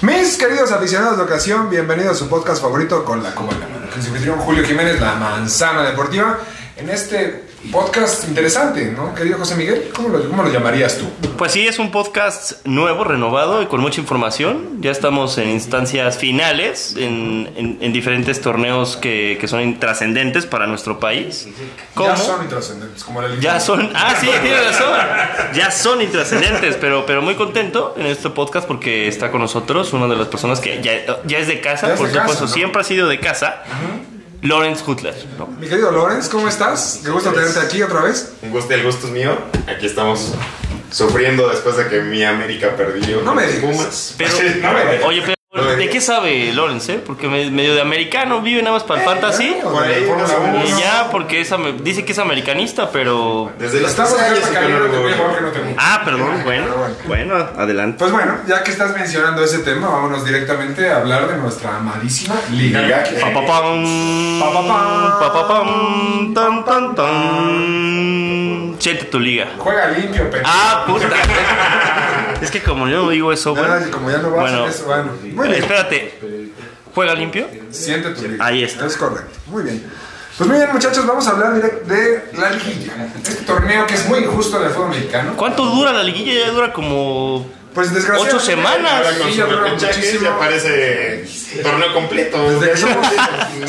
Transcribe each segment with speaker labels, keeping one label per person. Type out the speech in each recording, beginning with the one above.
Speaker 1: Mis queridos aficionados de ocasión, bienvenidos a su podcast favorito con la Cuba en la mano. Con su anfitrión Julio Jiménez, La Manzana Deportiva. En este podcast interesante, ¿no? Querido José Miguel, ¿cómo lo, cómo lo llamarías tú?
Speaker 2: Pues sí, es un podcast nuevo, renovado y con mucha información. Ya estamos en instancias finales, en, en- en diferentes torneos que, que son trascendentes para nuestro país. ¿Cómo?
Speaker 1: Ya son intrascendentes, como la
Speaker 2: Ya son, ah, sí, tienes razón. Ya son intrascendentes, pero, pero muy contento en este podcast porque está con nosotros una de las personas que ya, ya es de casa,
Speaker 1: Ya es
Speaker 2: por
Speaker 1: de casa,
Speaker 2: supuesto,
Speaker 1: ¿no?
Speaker 2: siempre ha sido de casa. Lawrence Hutler, ¿no?
Speaker 1: Mi querido Lorenz, ¿cómo estás? Qué gusto tenerte aquí otra vez.
Speaker 3: Un gusto, el gusto es mío. Aquí estamos sufriendo después de que mi América perdió.
Speaker 1: No me
Speaker 3: con los Pumas.
Speaker 1: digas.
Speaker 2: Pero,
Speaker 3: No me digas.
Speaker 2: oye, pero, ¿de qué sabe Lawrence? eh? Porque me- medio de americano, vive nada más para el fantasy.
Speaker 1: Bueno,
Speaker 3: Por ahí,
Speaker 1: Fórmula
Speaker 3: más o
Speaker 1: Uno,
Speaker 3: menos.
Speaker 2: Y ya, porque es ame- dice que es americanista, pero...
Speaker 3: Desde los
Speaker 1: Estamos
Speaker 3: 13
Speaker 1: acá
Speaker 3: años que no
Speaker 1: caliente,
Speaker 3: lo
Speaker 1: te voy a jugar que no
Speaker 3: veo.
Speaker 1: te gusta.
Speaker 2: Ah, perdón, bueno, bueno, adelante.
Speaker 1: Pues bueno, ya que estás mencionando ese tema, vámonos directamente a hablar de nuestra amadísima Liga.
Speaker 3: Liga.
Speaker 2: Pa, pa, pam, pa, pa, pam, pa, pa, pam, tan, tan, tan. Siente tu liga.
Speaker 1: Juega limpio, pendejo.
Speaker 2: Ah, puta. Es que como yo no digo eso,
Speaker 1: Ya,
Speaker 2: bueno.
Speaker 1: como ya no vas
Speaker 2: Bueno.
Speaker 1: a eso, bueno. Muy bien.
Speaker 2: Espérate. ¿Juega limpio?
Speaker 1: Siente tu liga.
Speaker 2: Ahí está.
Speaker 1: Es correcto. Muy bien. Pues muy bien, muchachos, vamos a hablar direct- de la liguilla. Este torneo que es muy injusto del fútbol mexicano.
Speaker 2: ¿Cuánto dura la liguilla? Ya dura como...
Speaker 1: Pues desgraciadamente.
Speaker 2: Ocho semanas.
Speaker 3: Ahora con
Speaker 1: Sí, ya
Speaker 3: su
Speaker 1: dura
Speaker 3: repechaje
Speaker 1: muchísimo.
Speaker 3: ya parece torneo completo.
Speaker 1: Desde que somos,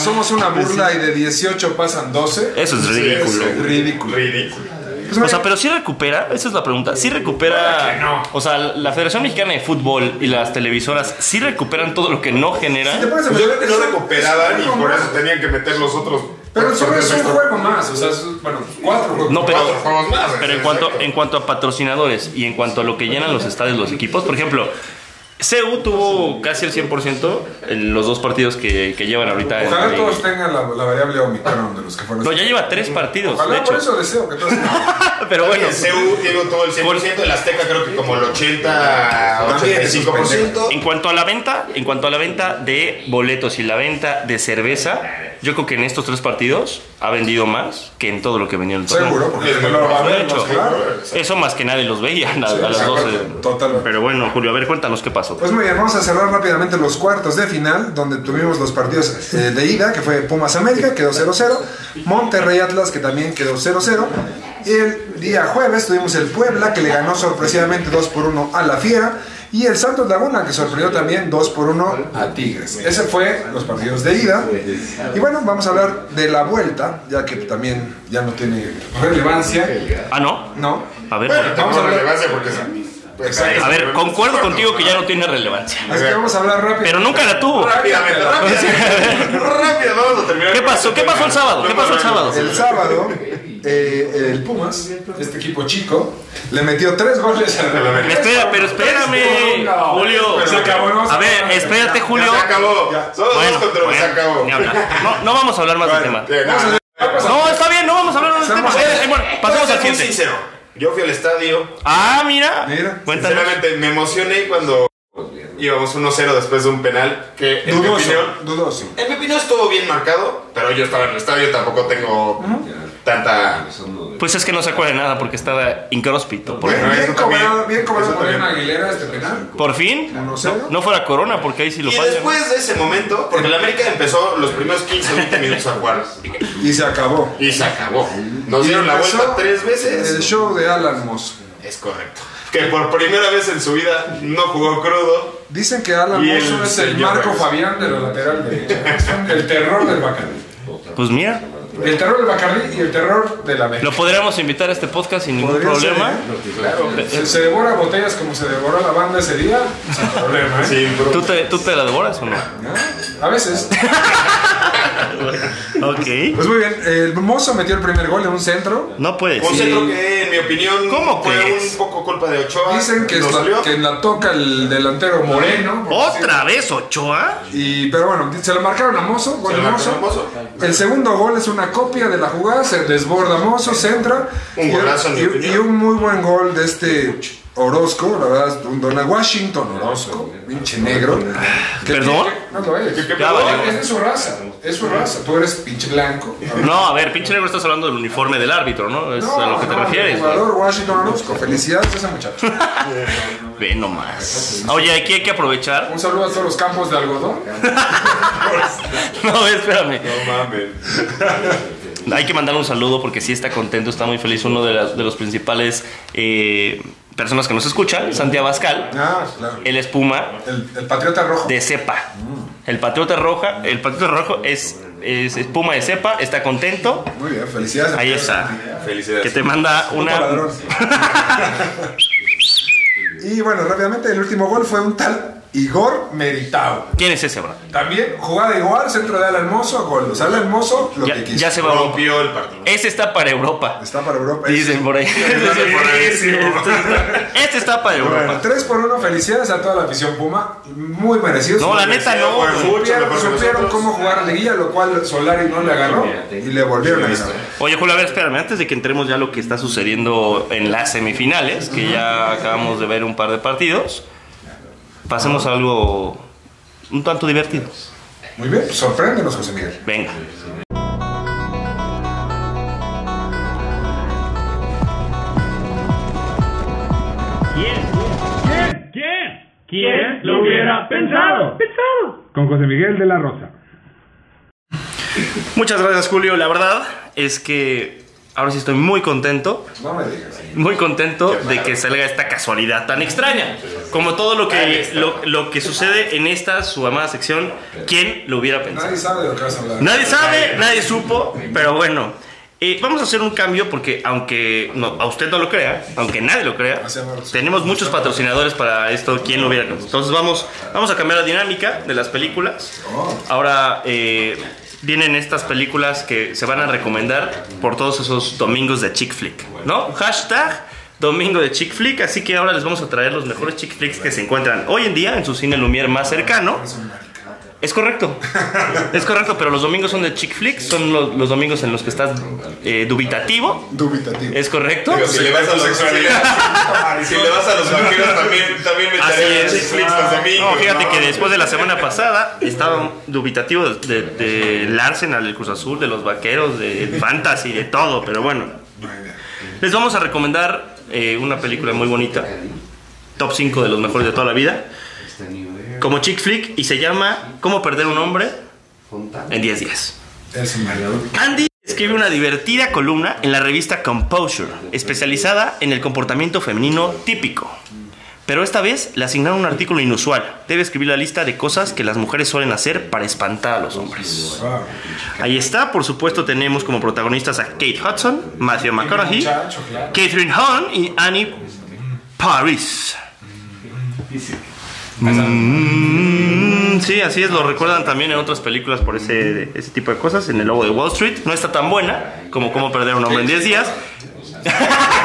Speaker 1: somos una burla y de 18 pasan 12.
Speaker 2: Pues Eso es ridículo.
Speaker 1: Ridículo.
Speaker 3: Ridículo.
Speaker 1: Pues,
Speaker 2: O sea, pero si recupera, esa es la pregunta, si recupera... O sea, la Federación Mexicana de Fútbol y las televisoras, si recuperan todo lo que no generan?
Speaker 1: ¿te pones a
Speaker 3: Yo creo
Speaker 1: pensar,
Speaker 3: que
Speaker 1: es
Speaker 3: no
Speaker 1: un-
Speaker 3: recuperaban
Speaker 1: es
Speaker 3: y
Speaker 1: un
Speaker 3: por
Speaker 1: juego
Speaker 3: eso
Speaker 1: más.
Speaker 3: tenían que meter los otros.
Speaker 1: Pero solo es
Speaker 3: partidos
Speaker 1: un
Speaker 3: extra.
Speaker 1: juego más. O sea, es- bueno, pues, cuatro juegos.
Speaker 2: No, pero,
Speaker 3: Cuatro juegos más,
Speaker 2: pero en,
Speaker 3: exacto.
Speaker 2: cuanto, en cuanto a patrocinadores y en cuanto a lo que llenan los estadios los equipos, por ejemplo, CU tuvo casi el 100% en los dos partidos que, que llevan ahorita. en la
Speaker 1: Ojalá
Speaker 2: liga.
Speaker 1: todos tengan la, la variable Omicron de los que fueron.
Speaker 2: eh. no, ya lleva tres partidos, de
Speaker 1: Ojalá, por
Speaker 2: hecho.
Speaker 1: eso deseo que todos
Speaker 2: Pero bueno,
Speaker 3: El CU tiene todo el 100%, el Azteca creo que como el 80,
Speaker 1: También esos
Speaker 3: 85%.
Speaker 2: en cuanto a la venta, en cuanto a la venta de boletos y la venta de cerveza, yo creo que en estos tres partidos ha vendido más que en todo lo que vendió en el torneo.
Speaker 1: Seguro, porque
Speaker 3: Es
Speaker 1: no
Speaker 3: muy
Speaker 1: lo va a
Speaker 3: probable,
Speaker 1: ver.
Speaker 2: de hecho.
Speaker 1: pues, claro.
Speaker 2: Eso más que nadie los veía a, a las 12.
Speaker 1: Totalmente.
Speaker 2: Pero bueno, Julio, a ver, cuéntanos qué pasó.
Speaker 1: Pues muy bien, vamos a cerrar rápidamente los cuartos de final, donde tuvimos los partidos eh, de ida, que fue Pumas América, quedó 0-0, Monterrey Atlas, que también quedó 0-0. Y el día jueves tuvimos el Puebla, que le ganó sorpresivamente 2 por 1 a la Fiera, y el Santos Laguna, que sorprendió también 2 por 1 a Tigres. Ese fue los partidos de ida. Y bueno, vamos a hablar de la vuelta, ya que también ya no tiene relevancia.
Speaker 2: Ah, no.
Speaker 1: No,
Speaker 2: A ver,
Speaker 3: Bueno,
Speaker 1: Vamos
Speaker 3: vamos
Speaker 1: a
Speaker 3: a
Speaker 1: hablar-
Speaker 3: relevancia porque son- pues, ahí
Speaker 2: A ver,
Speaker 3: son-
Speaker 2: concuerdo
Speaker 3: son-
Speaker 2: contigo que ya no tiene relevancia.
Speaker 1: es que vamos a hablar rápido.
Speaker 2: Pero nunca la tuvo.
Speaker 3: Rápidamente, rápidamente. rápido, vamos a terminar. este
Speaker 2: ¿Qué pasó? ¿Qué pasó el sábado? ¿Qué pasó el sábado?
Speaker 1: El sábado, eh, el Pumas, este equipo chico, le metió tres goles al Real
Speaker 2: Me espera, pero espérame, Julio.
Speaker 1: Se acabó, ¿no?
Speaker 2: A ver, espérate,
Speaker 3: Ya
Speaker 2: Julio.
Speaker 3: se acabó.
Speaker 1: Ya.
Speaker 3: Solo dos contra uno, pues, se
Speaker 2: bueno,
Speaker 3: acabó.
Speaker 2: ni hablar. No, no vamos a hablar más del tema.
Speaker 3: Bien, nada.
Speaker 2: No, está bien, no vamos a hablar más del tema.
Speaker 1: Estamos-
Speaker 2: Eh, eh, bueno, pasemos
Speaker 3: Voy a
Speaker 2: al
Speaker 3: ser muy
Speaker 2: siguiente.
Speaker 3: sincero. Yo fui al estadio.
Speaker 2: Ah, mira.
Speaker 1: Mira.
Speaker 2: Cuéntanos.
Speaker 3: Sinceramente, me emocioné cuando íbamos 1-0 después de un penal. Que en mi
Speaker 1: Dudoso,
Speaker 3: opinión.
Speaker 1: dudoso.
Speaker 3: En mi opinión estuvo bien marcado, pero yo estaba en el estadio, tampoco tengo tanta.
Speaker 2: Pues es que no se acuerda de nada porque estaba incróspito. Por,
Speaker 1: Bien,
Speaker 3: Bueno,
Speaker 1: bien
Speaker 3: eso
Speaker 1: cobrado,
Speaker 3: también.
Speaker 1: bien cobrado
Speaker 3: Eso
Speaker 1: por Emma
Speaker 3: también.
Speaker 1: Aguilera este penal.
Speaker 2: por fin.
Speaker 1: Uno cero.
Speaker 2: No, no fuera corona porque ahí sí lo
Speaker 3: Y
Speaker 2: falla.
Speaker 3: después de ese momento, porque el América empezó los primeros 15 o 20 minutos a jugar.
Speaker 1: Y se acabó.
Speaker 3: Y se acabó. Nos dieron la
Speaker 1: Empezó
Speaker 3: vuelta tres
Speaker 1: El
Speaker 3: veces.
Speaker 1: show de Alan Moss.
Speaker 3: Es correcto. Que por primera vez en su vida no jugó crudo.
Speaker 1: Dicen que Alan
Speaker 3: Y
Speaker 1: Moss
Speaker 3: el
Speaker 1: es el
Speaker 3: señor
Speaker 1: Marco
Speaker 3: Reyes.
Speaker 1: Fabián de la lateral derecha. El terror del Bacarrí.
Speaker 2: Pues mira,
Speaker 1: El terror del Bacarrí y el terror de la América.
Speaker 2: lo podríamos invitar a este podcast sin ningún
Speaker 1: Podría ser,
Speaker 2: problema.
Speaker 1: ¿eh?
Speaker 3: Claro.
Speaker 1: Se, se devora botellas como se devoró la banda ese día, sin problema, ¿eh?
Speaker 3: Sin
Speaker 2: ¿Tú te, ¿Tú te la devoras o no?
Speaker 1: A veces.
Speaker 2: ok.
Speaker 1: Pues muy bien, el Mozo metió el primer gol en un centro.
Speaker 2: No puede
Speaker 3: Un
Speaker 2: ser.
Speaker 3: centro que, en mi opinión,
Speaker 2: ¿Cómo
Speaker 3: fue
Speaker 2: crees?
Speaker 3: un poco culpa de Ochoa.
Speaker 1: Dicen que,
Speaker 3: no
Speaker 1: es la-
Speaker 3: salió.
Speaker 1: que la toca el delantero Moreno. porque
Speaker 2: ¿Otra vez Ochoa?
Speaker 1: sí. Y, pero bueno, se lo marcaron a Mozo, gol
Speaker 3: Se
Speaker 1: de
Speaker 3: la
Speaker 1: Mozo.
Speaker 3: marcó Mozo.
Speaker 1: El segundo gol es una copia de la jugada, se desborda Mozo, centra.
Speaker 3: Un
Speaker 1: y-
Speaker 3: golazo, en mi
Speaker 1: y,
Speaker 3: opinión.
Speaker 1: y un muy buen gol de este Orozco, la verdad, un Donald Washington Orozco, pinche negro. Que-
Speaker 2: ¿Perdón?
Speaker 1: que- No lo es.
Speaker 3: ¿Qué
Speaker 2: Ya
Speaker 3: pedo?
Speaker 2: valió.
Speaker 1: Es de su raza, es su raza. Tú eres pinche blanco.
Speaker 2: No, a ver, pinche negro, estás hablando del uniforme del árbitro, ¿no? Es a lo que te
Speaker 1: no,
Speaker 2: refieres.
Speaker 1: El jugador Washington Orozco. Felicidades a ese muchacho.
Speaker 2: güey. Ve nomás. Oye, aquí hay que aprovechar.
Speaker 1: Un saludo a todos los campos de algodón.
Speaker 2: No, espérame.
Speaker 3: No mames.
Speaker 2: Hay que mandar un saludo porque sí está contento, está muy feliz. Uno de, las- de los principales eh, personas que nos escuchan, Santiago Abascal,
Speaker 1: Ah, claro.
Speaker 2: el espuma
Speaker 1: El, el patriota rojo.
Speaker 2: de cepa. El patriota roja, el patriota rojo es, es espuma de cepa, está contento.
Speaker 1: Muy bien, felicidades.
Speaker 2: Ahí está. Que
Speaker 3: Felicidades.
Speaker 2: te manda
Speaker 1: Puto
Speaker 2: una.
Speaker 1: ladrón. y bueno, rápidamente, el último gol fue un tal Igor Meritao.
Speaker 2: ¿Quién es ese, bro?
Speaker 1: También jugada igual, centro de ala hermoso, gol. O sea, ala hermoso, lo
Speaker 2: Ya,
Speaker 1: que quiso.
Speaker 2: ya se va a Europa.
Speaker 3: Rompió el partido.
Speaker 2: Ese está para Europa.
Speaker 1: Está para Europa.
Speaker 2: Dicen por ahí. Este está para
Speaker 1: Bueno,
Speaker 2: Europa.
Speaker 1: 3 por 1, felicidades a toda la afición Puma. Muy merecidos.
Speaker 2: No, la neta no.
Speaker 3: Por
Speaker 2: güey.
Speaker 3: mucho
Speaker 1: Supieron,
Speaker 3: mejor que
Speaker 1: supieron
Speaker 3: nosotros.
Speaker 1: cómo jugar a liguilla, lo cual Solari no le agarró y le volvieron a ganar.
Speaker 2: Oye, Julio, a ver, espérame, antes de que entremos ya a lo que está sucediendo en las semifinales, que ya acabamos de ver un par de partidos, pasemos a algo un tanto divertido.
Speaker 1: Muy bien, sorpréndenos, José Miguel.
Speaker 2: Venga.
Speaker 4: ¿Quién? ¿Quién? ¿Quién lo hubiera pensado? Pensado. Con José Miguel de la Rosa.
Speaker 2: Muchas gracias, Julio. La verdad es que ahora sí estoy muy contento,
Speaker 1: No me digas.
Speaker 2: muy contento de que salga esta casualidad tan extraña. Como todo lo que, lo, lo que sucede en esta su amada sección, ¿quién lo hubiera pensado?
Speaker 1: Nadie sabe de lo que vas a hablar.
Speaker 2: Nadie sabe, nadie supo, pero bueno. Eh, vamos a hacer un cambio porque aunque no, a usted no lo crea, aunque nadie lo crea, tenemos muchos patrocinadores para esto, quién lo hubiera creído? Entonces vamos, vamos a cambiar la dinámica de las películas. Ahora eh, vienen estas películas que se van a recomendar por todos esos domingos de chick flick, ¿no? Hashtag domingo de chick flick, así que ahora les vamos a traer los mejores chick flicks que se encuentran hoy en día en su cine Lumière más cercano. Es correcto, es correcto, pero los domingos son de chick flick, son los, los domingos en los que estás eh, dubitativo.
Speaker 1: Dubitativo.
Speaker 2: Es correcto.
Speaker 3: Digo, si le vas a la sexualidad. Ah, si le vas a los vampiros, también, también me
Speaker 2: Así
Speaker 3: echaré
Speaker 2: es.
Speaker 3: los Netflix los domingos.
Speaker 2: No, fíjate que después de la semana pasada estaba dubitativo de, de, del Arsenal, del Cruz Azul, de los Vaqueros, del Fantasy, de todo, pero bueno. Les vamos a recomendar eh, una película muy bonita, top 5 de los mejores de toda la vida, como chick flick, y se llama ¿Cómo perder un hombre en 10 días?
Speaker 1: Es un marido.
Speaker 2: Andy escribe una divertida columna en la revista Composure, especializada en el comportamiento femenino típico. Pero esta vez le asignaron un artículo inusual. Debe escribir la lista de cosas que las mujeres suelen hacer para espantar a los hombres.
Speaker 1: Wow.
Speaker 2: Ahí está, por supuesto, tenemos como protagonistas a Kate Hudson, Matthew McConaughey, Catherine Hahn y Annie Paris. Mm, sí, así es, lo recuerdan también en otras películas por ese, ese tipo de cosas. En el lobo de Wall Street no está tan buena como cómo perder a un hombre en 10 días.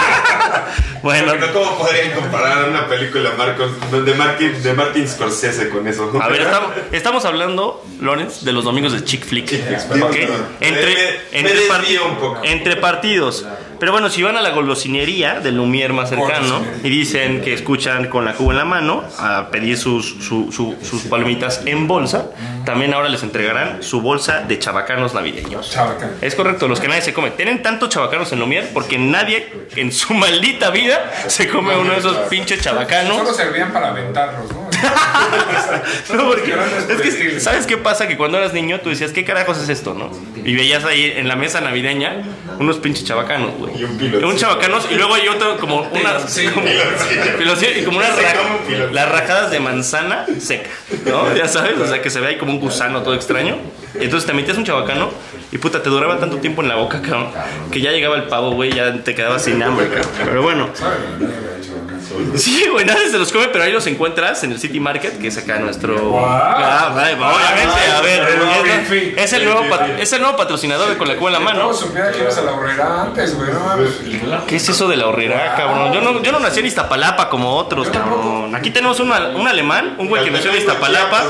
Speaker 2: bueno,
Speaker 3: Pero ¿cómo podrían comparar una película Marcos- de, Martin, de Martin Scorsese con eso?
Speaker 2: a ver, estamos, estamos hablando, Lorenz, de los domingos de Chick Flick. ¿ok? Entre,
Speaker 3: Me- me
Speaker 2: entre, par-
Speaker 3: desvío un poco.
Speaker 2: entre partidos. Pero bueno, si van a la golosinería del Lumier más cercano y dicen que escuchan con la cuba en la mano a pedir sus, su- su- sus palomitas en bolsa, también ahora les entregarán su bolsa de chabacanos navideños.
Speaker 1: Chabacán.
Speaker 2: Es correcto, los que nadie se come. Tienen tantos chabacanos en Lumier porque nadie en su maldita vida se come uno de esos pinches
Speaker 1: Solo
Speaker 2: chabacanos.
Speaker 1: servían para aventarlos, ¿no?
Speaker 2: No, porque es que, ¿sabes qué pasa? Que cuando eras niño tú decías, ¿qué carajos es esto, no? Y veías ahí en la mesa navideña unos pinches chabacanos, güey.
Speaker 3: Y un piloncillo.
Speaker 2: Un chabacanos y luego hay otro como una... como- piloncillo y como unas
Speaker 3: Se
Speaker 2: ra-
Speaker 3: come un piloncillo.
Speaker 2: las rajadas de manzana seca, ¿no? Ya sabes, o sea que se ve ahí como un gusano todo extraño. Entonces te metías un chabacano y puta, te duraba tanto tiempo en la boca, cabrón, que ya llegaba el pavo, güey, ya te quedabas sin hambre, cabrón. Pero bueno, Sí, güey, nadie se los come, pero ahí los encuentras en el City Market, que es acá nuestro. Ah, vale, obviamente, a ver. Es, es el nuevo, pa- es el nuevo patrocinador de Con la Cuba en la Mano.
Speaker 1: No, supiera que ibas a la horrera antes, güey. No mames.
Speaker 2: ¿Qué es eso de la
Speaker 1: Ah,
Speaker 2: horrera, cabrón? Yo no, yo no nací en Iztapalapa como otros, cabrón. Aquí tenemos un, al- un alemán, un güey que nació en Iztapalapa.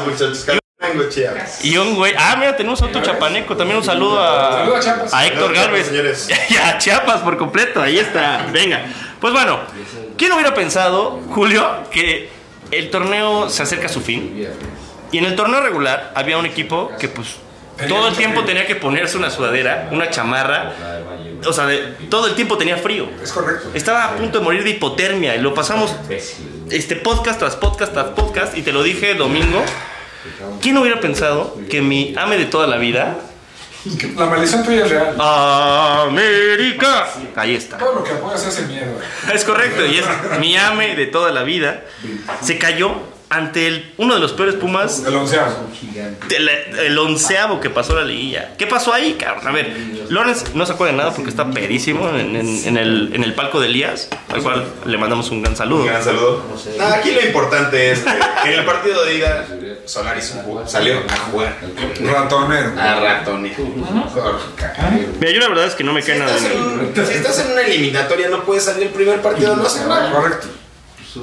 Speaker 3: Tengo chiapas.
Speaker 2: Y un güey. Ah, mira, tenemos otro chapaneco. También un saludo a,
Speaker 1: Saludo a Chiapas.
Speaker 2: a Héctor
Speaker 3: Saludo a
Speaker 2: Galvez.
Speaker 3: Chiapas, señores.
Speaker 2: Y a Chiapas por completo. Ahí está. Venga. Pues bueno, ¿quién hubiera pensado, Julio, que el torneo se acerca a su fin? Y en el torneo regular había un equipo que, pues, todo el tiempo tenía que ponerse una sudadera, una chamarra. O sea, de- todo el tiempo tenía frío.
Speaker 1: Es correcto.
Speaker 2: Estaba a punto de morir de hipotermia y lo pasamos este podcast tras podcast tras podcast y te lo dije domingo. ¿Quién hubiera pensado que mi ame de toda la vida,
Speaker 1: La maldición tuya es real.
Speaker 2: América, ahí está.
Speaker 1: Todo lo que apoyas hace miedo, güey.
Speaker 2: Es correcto, y es mi ame de toda la vida, se cayó ante el- uno de los peores Pumas
Speaker 1: El onceavo.
Speaker 2: El, el onceavo que pasó la liguilla. ¿Qué pasó ahí, cabrón? A ver, Lorenz no se acuerda de nada porque está pedísimo en, en- en el, en el palco de Elías, al cual le mandamos un gran saludo.
Speaker 3: Un gran saludo. Nada, aquí lo importante es que en el partido de ida, Solaris jugó- salió a jugar.
Speaker 1: Ratonero.
Speaker 3: A ratones.
Speaker 2: Mira, yo la verdad es que no me cae nada
Speaker 3: Estás
Speaker 2: bien.
Speaker 3: en- Si estás en una eliminatoria, no puedes salir el primer partido, no hacer nada.
Speaker 1: Correcto.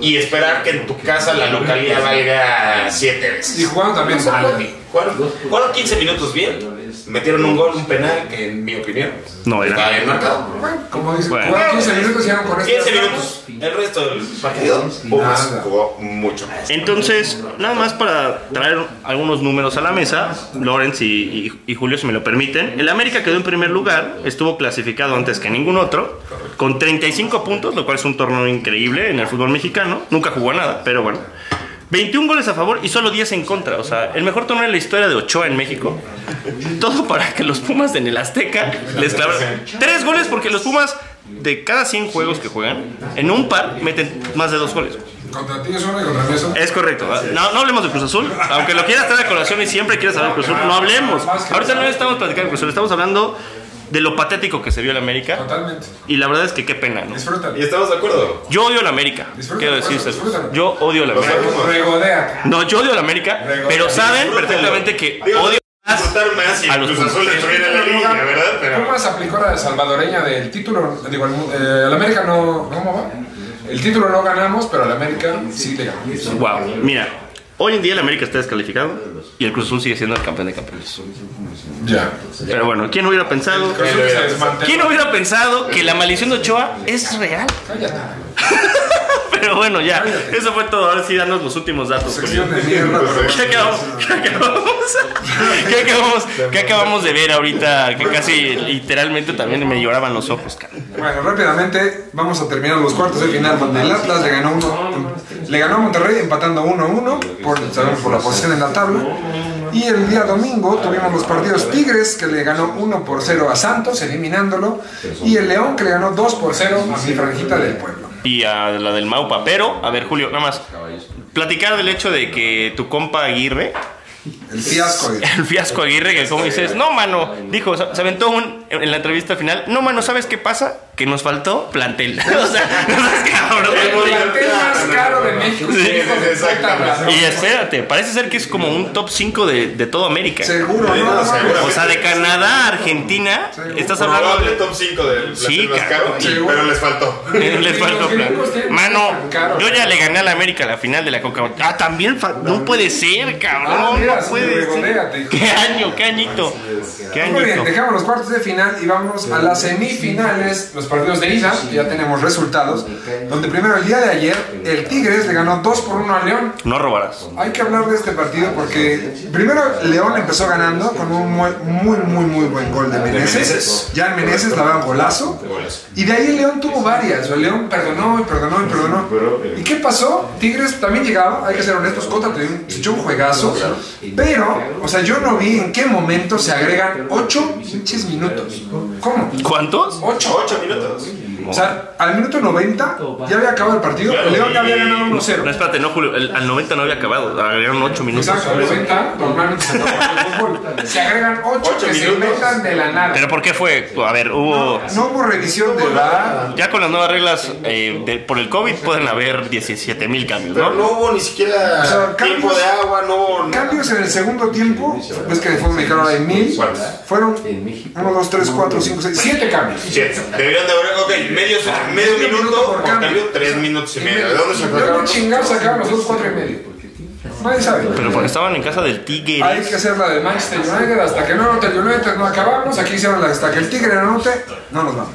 Speaker 3: Y esperar que en tu casa la localidad valga 7 veces.
Speaker 1: Y jugando también mal.
Speaker 3: Jugaron- Jugaron 15 minutos bien. Metieron un gol, un penal, que en mi opinión
Speaker 2: No era.
Speaker 3: estaba bien marcado.
Speaker 1: Como dice,
Speaker 2: Bueno.
Speaker 1: jugaron 15 minutos y eran con esto.
Speaker 3: 15 minutos. El resto del partido, Pumas
Speaker 1: Nada.
Speaker 3: jugó mucho más.
Speaker 2: Entonces, nada más para traer algunos números a la mesa, Lorenz y, y- y Julio, si me lo permiten. El América quedó en primer lugar, estuvo clasificado antes que ningún otro, con 35 puntos, lo cual es un torneo increíble en el fútbol mexicano. Nunca jugó a nada, pero bueno. 21 goles a favor y solo 10 en contra. O sea, el mejor torneo en la historia de Ochoa en México. Todo para que los Pumas en el Azteca les clavaran 3 goles porque los Pumas de cada 100 juegos que juegan, en un par meten más de 2 goles.
Speaker 1: Contra ti es uno y contra mí es otro.
Speaker 2: Es correcto. No, no hablemos de Cruz Azul. Aunque lo quieras traer a colación y siempre quieras hablar de Cruz Azul, no hablemos. Ahorita no estamos platicando de Cruz Azul, estamos hablando de lo patético que se vio en América.
Speaker 1: Totalmente.
Speaker 2: Y la verdad es que qué pena, ¿no?
Speaker 1: Disfrútalo.
Speaker 3: Y estamos de acuerdo.
Speaker 2: Yo odio a la América, quiero decirse. Yo odio a la América.
Speaker 1: Regodea.
Speaker 2: No, yo odio a la América, pero saben perfectamente que
Speaker 3: Digo,
Speaker 2: odio más.
Speaker 3: disfrutar más si
Speaker 2: a los
Speaker 3: Cruz
Speaker 2: Pumas.
Speaker 3: Azul estuviera en la liga, ¿verdad? Pero
Speaker 1: Pumas aplicó la salvadoreña del título. Digo, el, mu- eh, el América no. ¿Cómo va? El título no ganamos, pero el América sí le ganamos.
Speaker 2: Wow, mira. Hoy en día el América está descalificado y el Cruz Azul sigue siendo el campeón de campeones.
Speaker 1: Ya.
Speaker 2: Pero bueno, ¿quién hubiera pensado?
Speaker 1: Creo que se desmanteló.
Speaker 2: ¿Quién hubiera pensado que la maldición de Ochoa es real?
Speaker 1: Cállate.
Speaker 2: Pero bueno, ya, eso fue todo. Ahora sí, danos los últimos datos. Julio.
Speaker 1: Sección de mierda. pero-
Speaker 2: ¿Qué acabamos, qué, acabamos, qué acabamos- qué acabamos de ver ahorita? Que casi literalmente también me lloraban los ojos, cara.
Speaker 1: Bueno, rápidamente vamos a terminar los cuartos de final donde el Atlas le ganó, uno, le ganó a Monterrey empatando 1-1 por, sabemos, por la posición en la tabla. Y el día domingo tuvimos los partidos Tigres que le ganó 1 por 0 a Santos, eliminándolo. Y el León que le ganó 2 por 0 a mi franjita del pueblo.
Speaker 2: Y a la del Maupa. Pero, a ver, Julio, nada más. Platicar del hecho de que tu compa Aguirre,
Speaker 1: El fiasco. de-
Speaker 2: el fiasco Aguirre, que como dices, no, mano, dijo, se aventó un, en la entrevista final, no, mano, ¿sabes qué pasa? Que nos faltó plantel. O sea, no seas
Speaker 1: El
Speaker 2: cabrón.
Speaker 1: plantel más caro de México.
Speaker 2: Sí,
Speaker 1: hijo de
Speaker 3: exactamente.
Speaker 1: puta madre.
Speaker 2: Y espérate, parece ser que es como un top 5 de, de toda América.
Speaker 1: Seguro, ¿no?
Speaker 3: No, seguro.
Speaker 2: O sea, de Canadá a Argentina, estás hablando
Speaker 3: probable
Speaker 2: de...
Speaker 3: top 5 del
Speaker 2: Sí,
Speaker 3: plantel más
Speaker 2: cabrón.
Speaker 3: caro,
Speaker 1: Sí,
Speaker 3: pero
Speaker 1: bueno.
Speaker 3: les faltó.
Speaker 2: Les faltó plan. Mano, yo ya le gané a la América la final de la coca Ah, también fa- no puede ser,
Speaker 1: Ah,
Speaker 2: cabrón.
Speaker 1: mira,
Speaker 2: No puede
Speaker 1: regodéate,
Speaker 2: ser.
Speaker 1: hijo.
Speaker 2: Qué año, qué añito. Qué
Speaker 1: Muy bien,
Speaker 2: añito.
Speaker 1: dejamos los cuartos de final y vamos a las semifinales, los partidos de ida, que ya tenemos resultados, donde primero el día de ayer el Tigres le ganó 2 por 1 al León.
Speaker 2: No robarás.
Speaker 1: Hay que hablar de este partido porque primero León empezó ganando con un muy, muy, muy, muy buen gol de Meneses.
Speaker 3: Meneses.
Speaker 1: Ya en Meneses la va un golazo.
Speaker 3: Golazo.
Speaker 1: Y de ahí el León tuvo varias. El León perdonó y perdonó y perdonó. ¿Y qué pasó? Tigres también llegaba, hay que ser honestos, Cota tenía un- se echó un juegazo. Pero, o sea, yo no vi en qué momento se agregan 8 pinches minutos. ¿Cómo?
Speaker 2: ¿Cuántos?
Speaker 1: 8.
Speaker 3: 8 minutos.
Speaker 1: O sea, al minuto 90 ya había acabado el partido. El León ya había ganado
Speaker 2: No,
Speaker 1: 1-0.
Speaker 2: no, espérate, no, Julio. el- al 90 no había acabado. Agregaron 8 minutos.
Speaker 1: Exacto, al 90 normalmente se acaba el fútbol. Se agregan 8
Speaker 3: Ocho
Speaker 1: que se
Speaker 3: minutos.
Speaker 1: inventan de la nada.
Speaker 2: ¿Pero por qué fue? A ver, hubo.
Speaker 1: No hubo revisión de la.
Speaker 2: Ya con las nuevas reglas eh, de- por el COVID pueden haber 17 mil cambios,
Speaker 3: Pero no
Speaker 2: ¿no?
Speaker 3: hubo ni siquiera
Speaker 1: O sea,
Speaker 3: tiempo
Speaker 1: cambios-
Speaker 3: de agua, no hubo nada.
Speaker 1: Cambios en el segundo tiempo. Ves que fue mexicano hay mil. Fueron 1, 2, 3, 4, 5, 6, 7 cambios.
Speaker 3: Siete. Deberían de haber, ok, medio, Ah, medio
Speaker 1: Medio
Speaker 3: minuto por cambio, tres
Speaker 1: O sea,
Speaker 3: minutos y medio. ¿De dónde
Speaker 1: Y
Speaker 3: sacaron?
Speaker 1: luego chingados sacaron los otros 4 y medio. Nadie sabe.
Speaker 2: Pero porque estaban en casa del Tigre.
Speaker 1: Hay que hacer la de Manchester United hasta que no anote el United no acabamos. Aquí hicieron la hasta que el Tigre no anote, no nos vamos.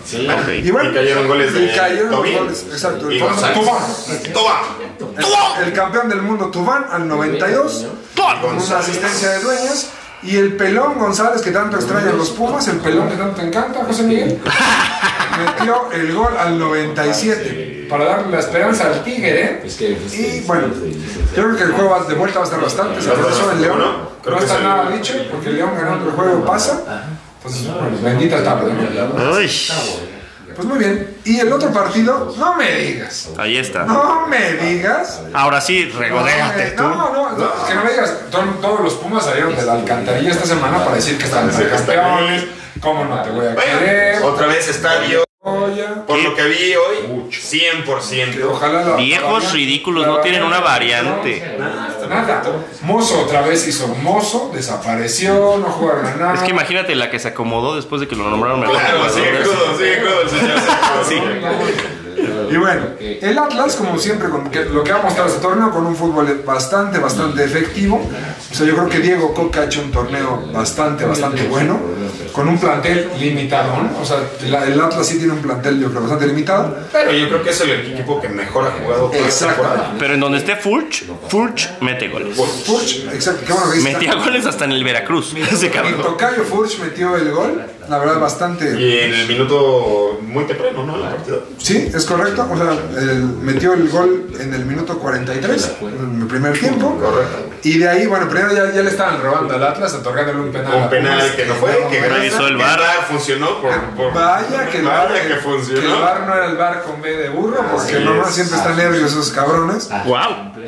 Speaker 3: Y, bueno, y cayeron goles de
Speaker 1: y cayeron los
Speaker 3: Tobín
Speaker 1: goles, exacto.
Speaker 3: y
Speaker 1: Tobán.
Speaker 3: González.
Speaker 1: Tobán.
Speaker 3: Tobán.
Speaker 1: El, el campeón del mundo Tubán al 92 con una
Speaker 3: González.
Speaker 1: asistencia de dueñas. Y el pelón González que tanto extraña a los Pumas, el pelón que tanto encanta, José Miguel, metió el gol al 97 para darle la esperanza al Tigre. ¿eh? Y bueno, yo creo que el juego va- de vuelta va a estar bastante. Se atrasó el León, no está nada dicho porque el León ganando el juego pasa. Entonces, bueno, bendita tarde. ¿no?
Speaker 2: Uy,
Speaker 1: Pues muy bien. Y el otro partido, no me digas.
Speaker 2: ahí está.
Speaker 1: No me digas.
Speaker 2: Ahora sí, regodéate tú.
Speaker 1: No, no, no, que no me digas. Todo- todos los Pumas salieron de la alcantarilla esta semana para decir que están
Speaker 3: Decir que están
Speaker 1: campeones. ¿Cómo no te voy a querer?
Speaker 3: Bueno, otra vez estadio.
Speaker 1: Oye,
Speaker 3: Por lo que vi hoy,
Speaker 1: que
Speaker 3: 100%.
Speaker 1: ojalá la-
Speaker 2: Viejos
Speaker 1: la-
Speaker 2: ridículos, no tienen una variante.
Speaker 1: Nada. Mozo otra vez hizo mozo, desapareció, no jugaron a nada.
Speaker 2: Es que imagínate la que se acomodó después de que lo nombraron mejor
Speaker 3: Claro, Ah, sigue
Speaker 2: jugador.
Speaker 3: crudo, sigue crudo el señor. Sigue.
Speaker 1: Y bueno, el Atlas, como siempre, con que- lo que ha mostrado este torneo, con un fútbol bastante, bastante efectivo. O sea, yo creo que Diego Coca ha hecho un torneo bastante, bastante bueno, con un plantel limitado, ¿no? O sea, la- el Atlas sí tiene un plantel, yo creo, bastante limitado.
Speaker 3: Pero yo creo que es el equipo que mejor ha jugado toda la
Speaker 1: Exacto.
Speaker 3: temporada.
Speaker 2: Pero en donde esté Furch, Furch mete goles.
Speaker 1: Furch, exacto, qué bueno que está.
Speaker 2: Metía goles hasta en el Veracruz. Ese
Speaker 1: Y
Speaker 2: cabrón.
Speaker 1: Tocayo Furch metió el gol, la verdad, bastante.
Speaker 3: Y en el minuto muy temprano, ¿no? El partido.
Speaker 1: Sí, es correcto. O sea, el- metió el gol en el minuto 43, en el primer tiempo.
Speaker 3: Correcto.
Speaker 1: Y de ahí, bueno, primero ya, ya le estaban robando al Atlas, otorgándole un penal.
Speaker 3: Un penal que Ah, pues, no fue, que
Speaker 2: Revisó el
Speaker 3: que
Speaker 2: VAR.
Speaker 3: funcionó. Por, por-
Speaker 1: Vaya que el bar,
Speaker 3: vaya que
Speaker 1: que el
Speaker 3: funcionó.
Speaker 1: bar no era el bar con B de burro, porque
Speaker 3: Así
Speaker 1: nomás
Speaker 3: es.
Speaker 1: siempre están nervios esos cabrones.
Speaker 2: Wow.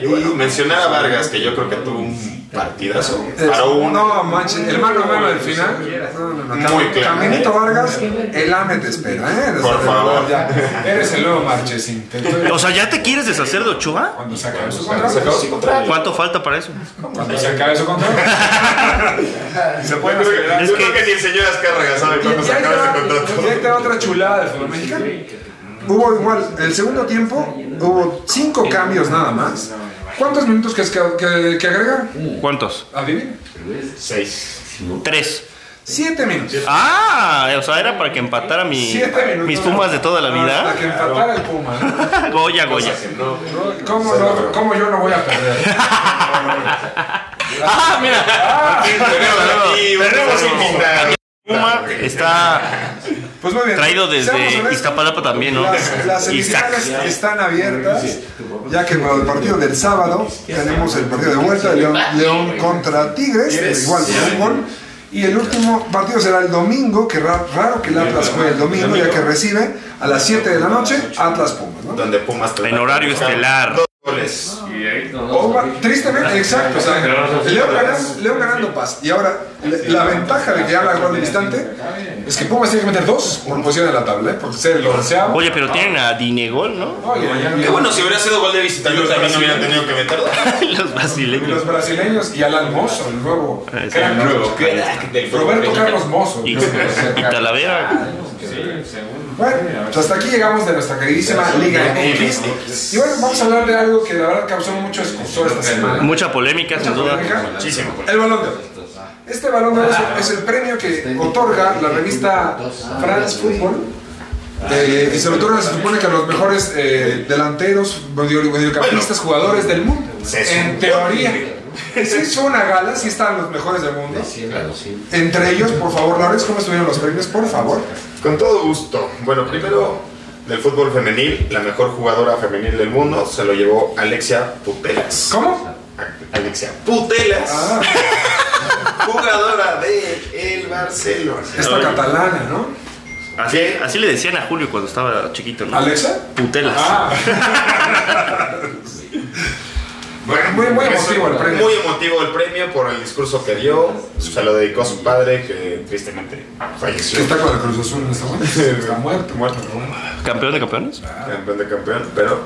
Speaker 3: Y bueno, mencionar a Vargas, que yo creo que tuvo un partidazo.
Speaker 1: Es-
Speaker 3: Para un.
Speaker 1: No, manches, el mano a mano del final. No, no, no, Cam-
Speaker 3: Muy claro.
Speaker 1: Caminito Vargas, el AME te espera, ¿eh? Desde
Speaker 3: Por
Speaker 1: el
Speaker 3: favor.
Speaker 1: lugar ya. Eres el nuevo Marchesín. te estoy-
Speaker 2: O sea, ¿ya te quieres deshacer de Ochoa?
Speaker 1: Cuando se acabe su
Speaker 3: Se acabó
Speaker 1: contrato.
Speaker 3: su contrato.
Speaker 2: ¿Cuánto falta para eso?
Speaker 1: Cuando se acabe su contrato. Y se pueden
Speaker 3: Yo creo que-
Speaker 1: acelerar.
Speaker 3: yo creo que ni el señor Azcárraga sabe
Speaker 1: Y
Speaker 3: cuándo se
Speaker 1: ahí te
Speaker 3: acaba
Speaker 1: va-
Speaker 3: ese contrato.
Speaker 1: y ahí te va otra chulada del fútbol mexicano. Hubo igual, el segundo tiempo hubo cinco cambios nada más. ¿Cuántos minutos crees que, que, que agregar?
Speaker 2: ¿Cuántos?
Speaker 1: Adivina.
Speaker 3: Seis.
Speaker 2: Tres.
Speaker 1: Siete minutos.
Speaker 2: Ah, o sea, era para que empatara mi,
Speaker 1: Siete minutos.
Speaker 2: mis pumas de toda la
Speaker 1: Para que
Speaker 2: vida.
Speaker 1: empatara el Puma. ¿no?
Speaker 2: Goya, Goya.
Speaker 3: No.
Speaker 1: ¿Cómo, no- cómo yo no voy a perder?
Speaker 2: Ah, mira.
Speaker 3: Tenemos aquí un
Speaker 2: Tenemos un
Speaker 3: invitado.
Speaker 2: Puma está
Speaker 1: Pues muy bien.
Speaker 2: traído
Speaker 1: Seamos
Speaker 2: desde
Speaker 1: honestos,
Speaker 2: Iztapalapa también, ¿no?
Speaker 1: Las, las semifinales
Speaker 2: Isaac.
Speaker 1: están abiertas, ya que para el partido del sábado tenemos el partido de vuelta de León, León contra Tigres, igual con un gol. Y el último partido será el domingo, que ra- raro que el Atlas juegue el domingo, ya que recibe a las 7 de la noche Atlas Pumas. ¿no?
Speaker 3: Donde Pumas te
Speaker 2: En horario estelar.
Speaker 3: Dos goles.
Speaker 1: O va- tristemente, exacto. o sea, León ganando, León ganando paz. Y ahora, le- la ventaja de que ya la gol al instante es que Pumas tiene que meter dos por posición de la tabla, ¿eh? porque ser el onceavo.
Speaker 2: Oye, pero tienen a Dinegol, ¿no?
Speaker 3: Qué bueno, si hubiera sido gol de visitante también no hubieran tenido que meter dos.
Speaker 2: Los brasileños.
Speaker 1: Los brasileños y Alan Mozo, el nuevo
Speaker 2: Ah, sí,
Speaker 1: crack.
Speaker 3: Luego, crack del fútbol
Speaker 1: Roberto
Speaker 3: mexicano.
Speaker 1: Carlos Mozo.
Speaker 2: Y,
Speaker 1: ¿no? O sea,
Speaker 2: y Talavera.
Speaker 1: Bueno, pues hasta aquí llegamos de nuestra queridísima Liga MX. Y bueno, vamos a hablar de algo que la verdad causó mucho escusor esta semana.
Speaker 2: Mucha polémica, sin duda.
Speaker 3: Muchísimo.
Speaker 1: El balón de oro. Este balón de oro es el premio que otorga la revista France Football. eh, y se lo otorga, se supone que a los mejores eh, delanteros, medio- mediocampistas, jugadores del mundo.
Speaker 3: se supone.
Speaker 1: En teoría. Se hizo una gala, sí estaban los mejores del mundo. Entre ellos, por favor, Lawrence, ¿cómo estuvieron los premios? Por favor.
Speaker 3: Con todo gusto. Bueno, primero del fútbol femenil, la mejor jugadora femenil del mundo se lo llevó Alexia Putelas.
Speaker 1: ¿Cómo?
Speaker 3: A- Alexia Putelas,
Speaker 1: Ah,
Speaker 3: jugadora de el Barcelona.
Speaker 1: esta catalana, ¿no?
Speaker 2: Así,
Speaker 3: ¿Qué?
Speaker 2: así le decían a Julio cuando estaba chiquito, ¿no?
Speaker 1: ¿Alexa?
Speaker 2: Putelas.
Speaker 1: Ah. Muy- muy
Speaker 3: Eso,
Speaker 1: emotivo el premio.
Speaker 3: Muy emotivo el premio por el discurso que dio. Se lo dedicó a su padre, que tristemente falleció.
Speaker 1: Está con el Cruz Azul en este momento. Está muerto.
Speaker 3: Muerto,
Speaker 2: ¿Campeón de campeones?
Speaker 3: Campeón de campeón, pero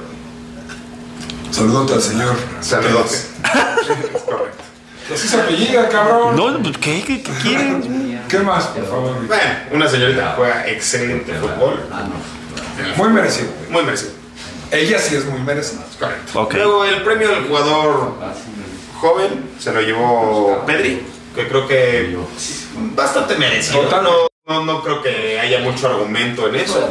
Speaker 1: Saludote al señor.
Speaker 3: saludos. es correcto.
Speaker 1: Así se apellida, cabrón.
Speaker 2: No, pues, ¿qué, qué, qué quieren?
Speaker 1: ¿Qué más, por favor?
Speaker 3: Bueno, una señorita que juega excelente fútbol.
Speaker 1: Muy merecido.
Speaker 3: Muy merecido.
Speaker 1: Ella sí es muy merecida.
Speaker 3: Correcto.
Speaker 2: Ok.
Speaker 3: Luego el premio del jugador joven se lo llevó Pedri, que creo que bastante merecido.
Speaker 1: Total.
Speaker 3: No, no, no creo que haya mucho argumento en eso.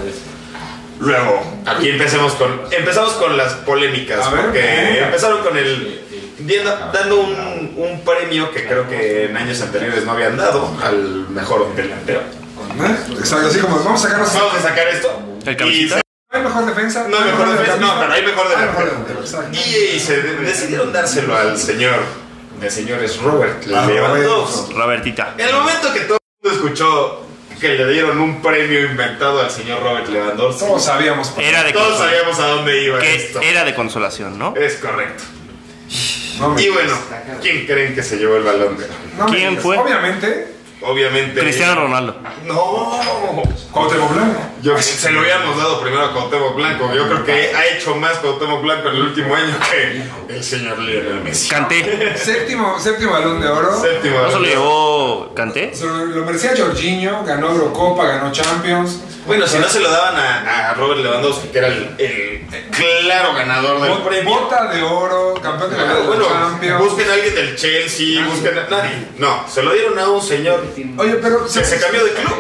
Speaker 3: Luego, aquí empecemos con, empezamos con las polémicas,
Speaker 1: A ver.
Speaker 3: porque empezaron con el diendo- dando un, un premio que creo que en años anteriores no habían dado al mejor delantero.
Speaker 1: ¿Eh? Exacto, así como vamos a sacarnos.
Speaker 3: Vamos a sacar esto.
Speaker 2: ¿El cabecita?
Speaker 3: Y
Speaker 1: ¿Hay mejor defensa?
Speaker 3: no, mejor defensa. No, pero hay mejor
Speaker 1: Ah, mejor
Speaker 3: delantero.
Speaker 1: delantero, exacto.
Speaker 3: Y se de- decidieron dárselo al señor, de señores Robert
Speaker 1: Ah,
Speaker 3: Lewandowski.
Speaker 2: Robertita.
Speaker 3: El momento que todo el mundo escuchó que le dieron un premio inventado al señor Robert Lewandowski,
Speaker 1: Todos sabíamos.
Speaker 2: Era de
Speaker 3: todos
Speaker 2: consolación.
Speaker 3: sabíamos a dónde iba esto.
Speaker 2: Que era de consolación, ¿no?
Speaker 3: Es correcto.
Speaker 1: No me
Speaker 3: Y
Speaker 1: digas.
Speaker 3: bueno, ¿quién creen que se llevó el balón de oro?
Speaker 1: No me
Speaker 2: ¿Quién
Speaker 1: digas.
Speaker 2: fue?
Speaker 1: Obviamente,
Speaker 3: Obviamente.
Speaker 2: Cristiano Ronaldo.
Speaker 3: No.
Speaker 1: Cuauhtémoc Blanco.
Speaker 3: Yo se lo habíamos dado primero a Cuauhtémoc Blanco. Yo creo que ha hecho más Cuauhtémoc Blanco en el último año que el señor Lionel Messi.
Speaker 2: Canté.
Speaker 1: Séptimo, séptimo balón de oro.
Speaker 3: Séptimo.
Speaker 2: ¿No se lo llevó Canté?
Speaker 1: Se Lo lo merecía Jorginho, ganó Eurocopa, ganó Champions.
Speaker 3: Bueno, si no se lo daban a, a Robert Lewandowski, que era el, el claro ganador del
Speaker 1: Bota-
Speaker 3: premio.
Speaker 1: Bota de oro, campeón de la
Speaker 3: Ah,
Speaker 1: Liga de
Speaker 3: Bueno,
Speaker 1: los Champions.
Speaker 3: busquen a alguien del Chelsea, busquen a nadie. No, se lo dieron a un señor
Speaker 1: Oye, pero
Speaker 3: que se cambió de club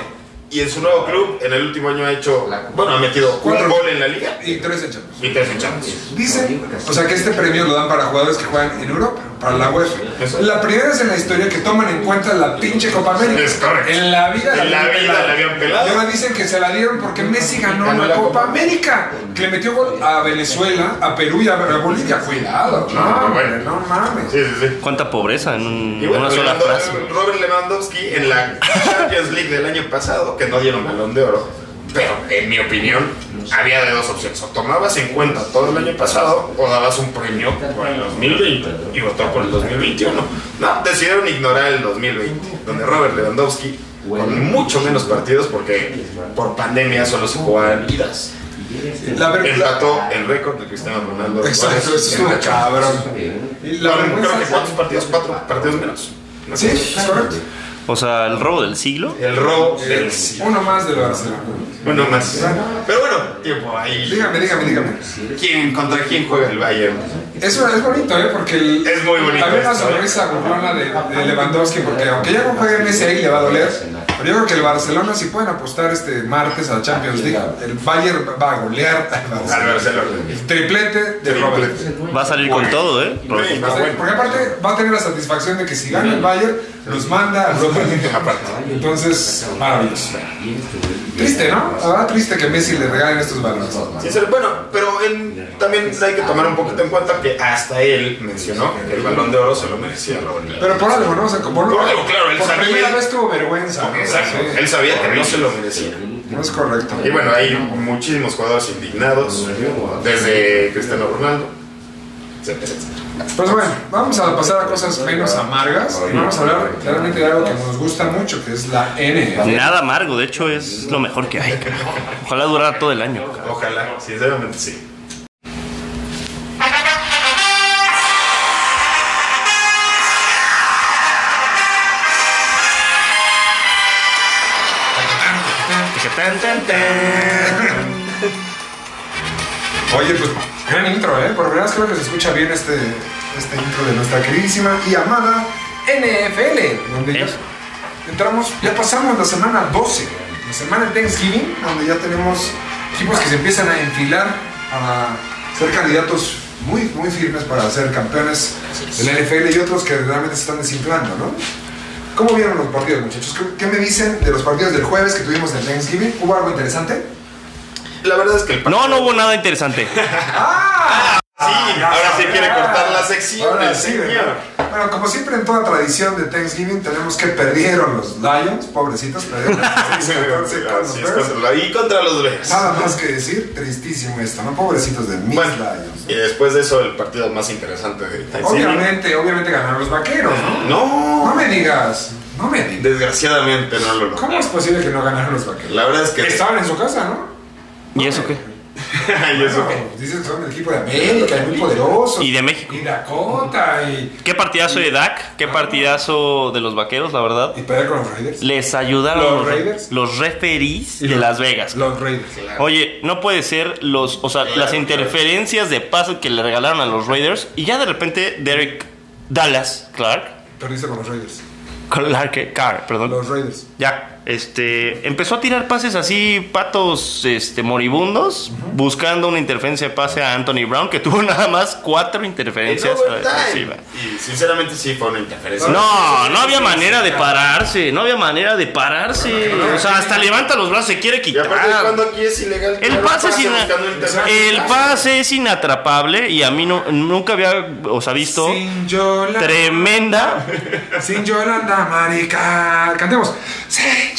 Speaker 3: y en su nuevo club en el último año ha hecho, bueno, ha metido
Speaker 1: Cuatro.
Speaker 3: un gol en la liga
Speaker 1: Y tres en Champions.
Speaker 3: y tres en Champions.
Speaker 1: Dicen, o sea, que este premio lo dan para jugadores que juegan en Europa, para la UEFA. La primera es en la historia que toman en cuenta la pinche Copa América.
Speaker 3: Es correcto.
Speaker 1: En la vida
Speaker 3: En la vida la habían pelado.
Speaker 1: Y ahora dicen que se la dieron porque Messi ganó,
Speaker 3: Ganó
Speaker 1: la,
Speaker 3: la
Speaker 1: Copa,
Speaker 3: Copa.
Speaker 1: América, que le metió gol a Venezuela, a Perú y a a Bolivia. Cuidado, no,
Speaker 3: No,
Speaker 1: hombre,
Speaker 3: bueno.
Speaker 1: no mames.
Speaker 3: Sí, sí, sí.
Speaker 2: Cuánta pobreza en un-
Speaker 3: Y bueno,
Speaker 2: una sola
Speaker 3: Lewandowski-
Speaker 2: frase.
Speaker 3: Robert Lewandowski en la Champions League del año pasado, que no dieron balón de oro, pero en mi opinión había de dos opciones. O tomabas en cuenta todo el año pasado o dabas un premio por el 2020 y votó por el 2021. No, decidieron ignorar el 2020, donde Robert Lewandowski con mucho menos partidos porque por pandemia solo se jugaban idas.
Speaker 1: La ver- la-
Speaker 3: Empató el récord de Cristiano Ronaldo.
Speaker 1: Exacto, eso es un cabrón. Y La
Speaker 3: Con, creo que
Speaker 1: vergüenza-
Speaker 3: cuántos partidos, cuatro partidos menos.
Speaker 1: Sí, es correcto.
Speaker 2: O sea, el robo del siglo.
Speaker 3: El robo
Speaker 1: Eh,
Speaker 3: del sí.
Speaker 1: Uno más del Barcelona.
Speaker 3: Bueno, más. Pero bueno, tiempo ahí.
Speaker 1: Dígame, dígame, dígame.
Speaker 3: ¿Quién, ¿Contra quién juega el Bayern?
Speaker 1: Eso es bonito, ¿eh? Porque el-
Speaker 3: Es muy bonito
Speaker 1: Había una
Speaker 3: esto, ¿eh?
Speaker 1: sonrisa burlona de, de Lewandowski, porque aunque ya no juegue Messi ahí, le va a doler. Pero yo creo que el Barcelona, si pueden apostar este martes a Champions League, el Bayern va a golear al
Speaker 3: Al
Speaker 1: Barcelona.
Speaker 3: Barcelona.
Speaker 1: El triplete de Robert.
Speaker 2: Va a salir con todo, ¿eh?
Speaker 3: Sí,
Speaker 1: Va a
Speaker 3: más
Speaker 1: ser-
Speaker 3: Ah, bueno.
Speaker 1: Porque aparte va a tener la satisfacción de que si gana el Bayern, los manda a Europa. Entonces, maravilloso. Triste, ¿no? Ahora triste que Messi le regalen estos balones.
Speaker 3: Sí, se- Bueno, pero en- también hay que tomar un poquito en cuenta que hasta él mencionó que el balón de oro se lo merecía Robert Lewandowski.
Speaker 1: Pero por algo, ¿no? O sea, como
Speaker 3: Por algo, claro, él
Speaker 1: Por
Speaker 3: sabía.
Speaker 1: primera vez tuvo vergüenza. ¿no?
Speaker 3: Exacto,
Speaker 1: Sí.
Speaker 3: él sabía que no se lo merecía.
Speaker 1: No es correcto.
Speaker 3: Y bueno, hay muchísimos jugadores indignados, desde Cristiano Ronaldo, etcétera, etcétera.
Speaker 1: Pues bueno, vamos a pasar a cosas menos amargas. y Vamos a hablar claramente de algo que nos gusta mucho, que es la N.
Speaker 2: Nada amargo, de hecho es lo mejor que hay. carajo. Ojalá durara todo el año. carajo.
Speaker 3: Ojalá, sinceramente sí.
Speaker 2: Que tan, tan, tan.
Speaker 1: Oye, pues gran intro, ¿eh? Por primera vez creo que se escucha bien este, este intro de nuestra queridísima y amada NFL. Donde ya
Speaker 2: Es.
Speaker 1: entramos, ya pasamos la semana 12, la semana de Thanksgiving, donde ya tenemos equipos que se empiezan a enfilar a ser candidatos muy, muy firmes para ser campeones de la NFL y otros que realmente se están desinflando, ¿no? ¿Cómo vieron los partidos, muchachos? ¿Qué, qué me dicen de los partidos del jueves que tuvimos en Thanksgiving? ¿Hubo algo interesante?
Speaker 3: La verdad es que el
Speaker 2: No, no hubo nada interesante.
Speaker 3: Sí,
Speaker 1: Ah, ya,
Speaker 3: ahora sí
Speaker 1: ya.
Speaker 3: quiere cortar la sección,
Speaker 1: Ahora
Speaker 3: el
Speaker 1: sí,
Speaker 3: señor.
Speaker 1: ¿verdad? Bueno, como siempre en toda tradición de Thanksgiving, tenemos que perdieron los Lions, pobrecitos, perdieron
Speaker 3: Sí, sí,
Speaker 1: 14
Speaker 3: sí,
Speaker 1: con los
Speaker 3: así es,
Speaker 1: Bears.
Speaker 3: contra la- Y contra los Bears.
Speaker 1: Nada más que decir, tristísimo esto, ¿no? Pobrecitos de mis
Speaker 3: Bueno,
Speaker 1: Lions.
Speaker 3: y después de eso, el partido más interesante de Thanksgiving.
Speaker 1: Obviamente, obviamente ganaron los vaqueros, ¿no?
Speaker 3: No,
Speaker 1: No me digas, no me digas.
Speaker 3: desgraciadamente no lo
Speaker 1: ¿Cómo es
Speaker 3: lograron.
Speaker 1: posible que no ganaron los vaqueros?
Speaker 3: La verdad es que.
Speaker 1: Estaban en su casa, ¿no?
Speaker 2: ¿Y eso qué?
Speaker 3: Y eso que-
Speaker 1: Bueno, pues Dicen que son el equipo de América, muy poderoso.
Speaker 2: Y de México.
Speaker 1: Y Dakota, y,
Speaker 2: ¿Qué partidazo de Dak? ¿Qué partidazo de los vaqueros, la verdad?
Speaker 1: y pelear con los Raiders.
Speaker 2: Les ayudaron
Speaker 1: ¿Los
Speaker 2: los,
Speaker 1: Raiders?
Speaker 2: los referees
Speaker 1: Y
Speaker 2: de
Speaker 1: los-
Speaker 2: Las Vegas.
Speaker 1: Los Raiders.
Speaker 2: Oye, no puede ser los, o sea,
Speaker 3: Claro,
Speaker 2: las
Speaker 3: claro.
Speaker 2: interferencias de pase que le regalaron a los Raiders y ya de repente Derek Dallas Clark,
Speaker 1: Perdiste con los Raiders.
Speaker 2: Clark, Carr, perdón,
Speaker 1: Los Raiders.
Speaker 2: ya, este, empezó a tirar pases así patos, este, moribundos, buscando una interferencia de pase a Anthony Brown que tuvo nada más cuatro
Speaker 3: en
Speaker 2: interferencias.
Speaker 3: overtime.
Speaker 2: ofensivas.
Speaker 3: Y sinceramente sí fue una interferencia.
Speaker 2: No, no había manera de pararse, no había manera de pararse. O sea, hasta levanta los brazos, se quiere
Speaker 3: Y aparte,
Speaker 2: quitar.
Speaker 3: cuando aquí es ilegal.
Speaker 2: El pase, es ina-
Speaker 3: buscando internet.
Speaker 2: el pase es inatrapable y a mí no, nunca había, o sea, visto
Speaker 1: Sin Yolanda.
Speaker 2: tremenda.
Speaker 1: Sin Yolanda, marica. Cantemos. Sin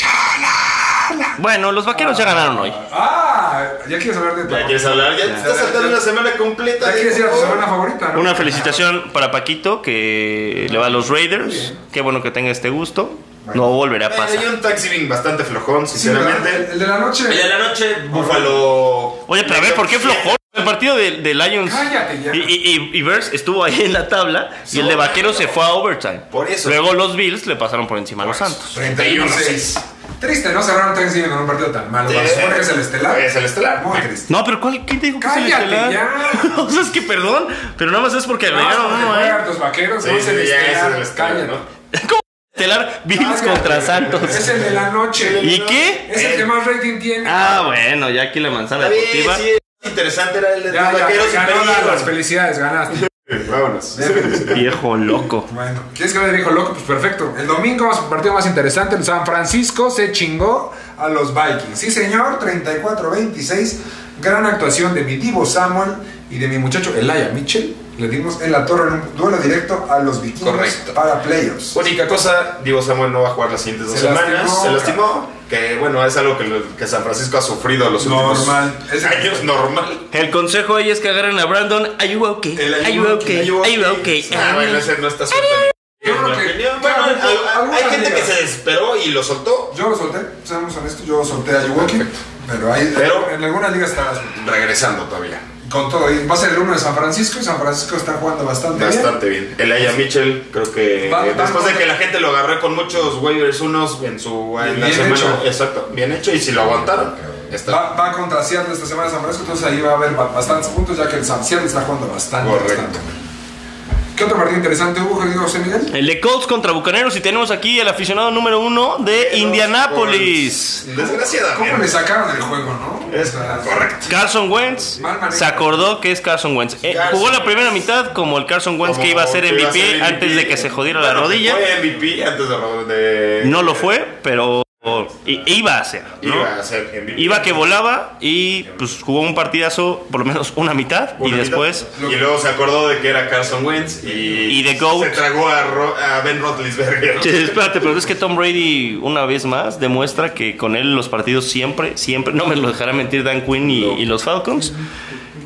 Speaker 1: Yolanda.
Speaker 2: Bueno, los vaqueros ya ganaron hoy.
Speaker 1: Ah, ya quieres hablar de tu.
Speaker 3: Ya quieres hablar, ya te estás saltando una semana completa.
Speaker 1: Ya
Speaker 3: de
Speaker 1: quieres ir a tu
Speaker 3: fútbol.
Speaker 1: semana favorita, ¿no?
Speaker 2: Una felicitación para Paquito que le va a los Raiders. Qué bueno que tenga este gusto. No volverá a
Speaker 3: Bueno, Hay
Speaker 2: pasar.
Speaker 3: un Thanksgiving bastante flojón,
Speaker 1: Sí, ¿verdad? El,
Speaker 3: sinceramente.
Speaker 1: el de la noche.
Speaker 3: Y en la noche, Búfalo.
Speaker 2: Oye, pero a ver, ¿por qué flojón? El partido de, de Lions
Speaker 1: Cállate ya.
Speaker 2: y, y, y- y Bears estuvo ahí en la tabla y el de Vaqueros se fue a overtime.
Speaker 3: Por eso.
Speaker 2: Luego los Bills le pasaron por encima a los Santos.
Speaker 1: 31-6. Triste, ¿no? Cerraron Thanksgiving con un partido tan malo.
Speaker 3: Sí.
Speaker 1: Se supone que es el estelar.
Speaker 3: Es el estelar.
Speaker 1: Muy triste.
Speaker 2: No, pero ¿cuál, ¿quién te dijo que es el
Speaker 1: Cállate
Speaker 2: estelar?
Speaker 1: ya.
Speaker 2: o sea, es que perdón, pero nada más es porque
Speaker 1: No,
Speaker 2: agregaron
Speaker 1: porque
Speaker 2: uno,
Speaker 1: juegan
Speaker 2: ¿eh?
Speaker 1: Ah, Los vaqueros,
Speaker 3: Sí,
Speaker 1: no es
Speaker 3: sí,
Speaker 1: el
Speaker 3: ya es
Speaker 1: estelar.
Speaker 3: el estelar,
Speaker 1: Cállate.
Speaker 3: ¿no?
Speaker 2: Estelar Bills
Speaker 1: Cállate.
Speaker 2: contra Santos.
Speaker 1: Ah, Es el de la noche.
Speaker 2: ¿Y qué?
Speaker 1: Es el que más rating tiene.
Speaker 2: Ah, bueno, ya aquí la manzana
Speaker 3: Está bien,
Speaker 2: deportiva.
Speaker 3: sí, interesante era el de
Speaker 1: Ya,
Speaker 3: los
Speaker 1: ya,
Speaker 3: vaqueros y
Speaker 1: ganó la-
Speaker 3: peligro.
Speaker 1: las felicidades, ganaste.
Speaker 3: Vámonos.
Speaker 2: Viejo loco.
Speaker 1: Bueno, ¿quieres que hable de viejo loco? Pues perfecto. El domingo vamos a un partido más interesante. El San Francisco se chingó a los Vikings. Sí, señor, 34-26. Gran actuación de mi Divo Samuel y de mi muchacho Elia Mitchell. Le dimos en la torre en un duelo directo a los vikingos
Speaker 3: Correcto.
Speaker 1: para playoffs.
Speaker 3: Única cosa, Divo Samuel no va a jugar las siguientes dos
Speaker 1: Se
Speaker 3: semanas.
Speaker 1: lastimó.
Speaker 3: se lastimó. Que bueno, es algo que, lo- que San Francisco ha sufrido los últimos
Speaker 1: Normal. Es-
Speaker 3: años. Normal.
Speaker 2: El consejo ahí es que agarren a Brandon. Are you okay?
Speaker 3: El
Speaker 2: Are you okay? Are you okay?
Speaker 3: Ah, bueno, ese no está suelto.
Speaker 1: Yo creo
Speaker 3: Bueno,
Speaker 1: que-
Speaker 3: bueno,
Speaker 1: claro,
Speaker 3: hay-
Speaker 1: algunas
Speaker 3: hay gente que
Speaker 1: ligas.
Speaker 3: se desesperó y lo soltó.
Speaker 1: Yo lo solté, seamos honestos, yo lo solté a Yuwoki. Pero, ahí,
Speaker 3: Pero-
Speaker 1: en alguna liga está
Speaker 3: Regresando todavía.
Speaker 1: con todo. Y va a ser el uno de San Francisco y San Francisco está jugando bastante, bien.
Speaker 3: Bastante bien. El Aya Mitchell, creo que
Speaker 1: Va-
Speaker 3: eh,
Speaker 1: va-
Speaker 3: después
Speaker 1: va-
Speaker 3: de que la gente lo agarró con muchos waivers unos en su en la
Speaker 1: Bien
Speaker 3: semana.
Speaker 1: hecho.
Speaker 3: Exacto, bien hecho y si lo aguantaron. Está
Speaker 1: Va, va contra Seattle esta semana San Francisco, entonces ahí va a haber ba- bastantes puntos, ya que el San Seattle está jugando bastante.
Speaker 3: correcto.
Speaker 1: bastante. ¿Qué otro partido interesante hubo, querido José Miguel?
Speaker 2: El de Colts contra Bucaneros y tenemos aquí el aficionado número uno de Indianápolis.
Speaker 1: ¿Cómo
Speaker 3: Desgraciadamente.
Speaker 1: le sacaron el juego, no?
Speaker 3: Es
Speaker 1: O sea,
Speaker 3: correcto.
Speaker 2: Carson Wentz
Speaker 1: Mal manejo.
Speaker 2: se acordó que es Carson Wentz. Eh,
Speaker 3: Carson
Speaker 2: jugó la
Speaker 3: Wentz.
Speaker 2: primera mitad como el Carson Wentz
Speaker 3: Como
Speaker 2: que iba a ser
Speaker 3: que iba a
Speaker 2: MVP
Speaker 3: ser
Speaker 2: antes de que se jodiera la
Speaker 3: Bueno,
Speaker 2: rodilla.
Speaker 3: Fue MVP antes de. ro- de-
Speaker 2: No lo fue, pero i- iba a ser. ¿no?
Speaker 3: Iba a ser MVP.
Speaker 2: Iba que volaba y pues jugó un partidazo, por lo menos una mitad, y
Speaker 3: Una
Speaker 2: después
Speaker 3: mitad. Y luego se acordó de que era Carson Wentz y.
Speaker 2: Y The Goat.
Speaker 3: Se tragó a, Ro- a Ben Roethlisberger.
Speaker 2: Che, espérate, pero es que Tom Brady una vez más demuestra que con él los partidos siempre, siempre, no me lo dejará mentir Dan Quinn y, y los Falcons,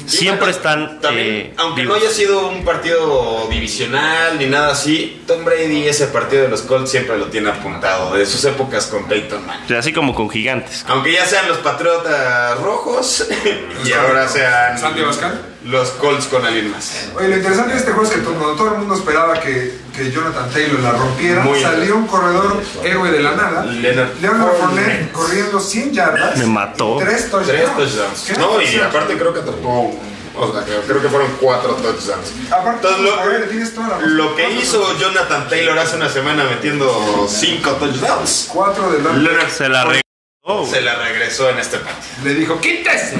Speaker 2: siempre
Speaker 3: bueno,
Speaker 2: están...
Speaker 3: también,
Speaker 2: eh,
Speaker 3: aunque
Speaker 2: vivos.
Speaker 3: no haya sido un partido divisional ni nada así, Tom Brady ese partido de los Colts siempre lo tiene apuntado de sus épocas con Peyton Manning.
Speaker 2: Así como con gigantes.
Speaker 3: Aunque ya sean los Patriotas rojos y ahora sean
Speaker 1: Santi Abascal.
Speaker 3: los Colts con alguien más.
Speaker 1: Oye, lo interesante de este juego es que cuando todo el mundo esperaba que, que Jonathan Taylor la rompiera,
Speaker 3: Muy
Speaker 1: salió un corredor héroe de la nada.
Speaker 3: Leonard
Speaker 1: Leonard Fournette
Speaker 3: Fournette.
Speaker 1: corriendo 100 yardas.
Speaker 2: Me mató.
Speaker 1: y Tres touchdowns.
Speaker 3: Tres touchdowns.
Speaker 1: ¿Qué
Speaker 3: No, y
Speaker 1: actuación?
Speaker 3: aparte creo que atrapó un- o sea, creo- creo que fueron cuatro touchdowns.
Speaker 1: Aparte,
Speaker 3: Entonces,
Speaker 1: a ver, tienes toda la
Speaker 3: lo,
Speaker 1: razón.
Speaker 3: lo que hizo Jonathan Taylor hace una semana metiendo cinco touchdowns,
Speaker 1: Cuatro de la...
Speaker 3: Leonard
Speaker 2: Se la re- Oh,
Speaker 3: se la regresó en este partido.
Speaker 1: Le dijo, quítese.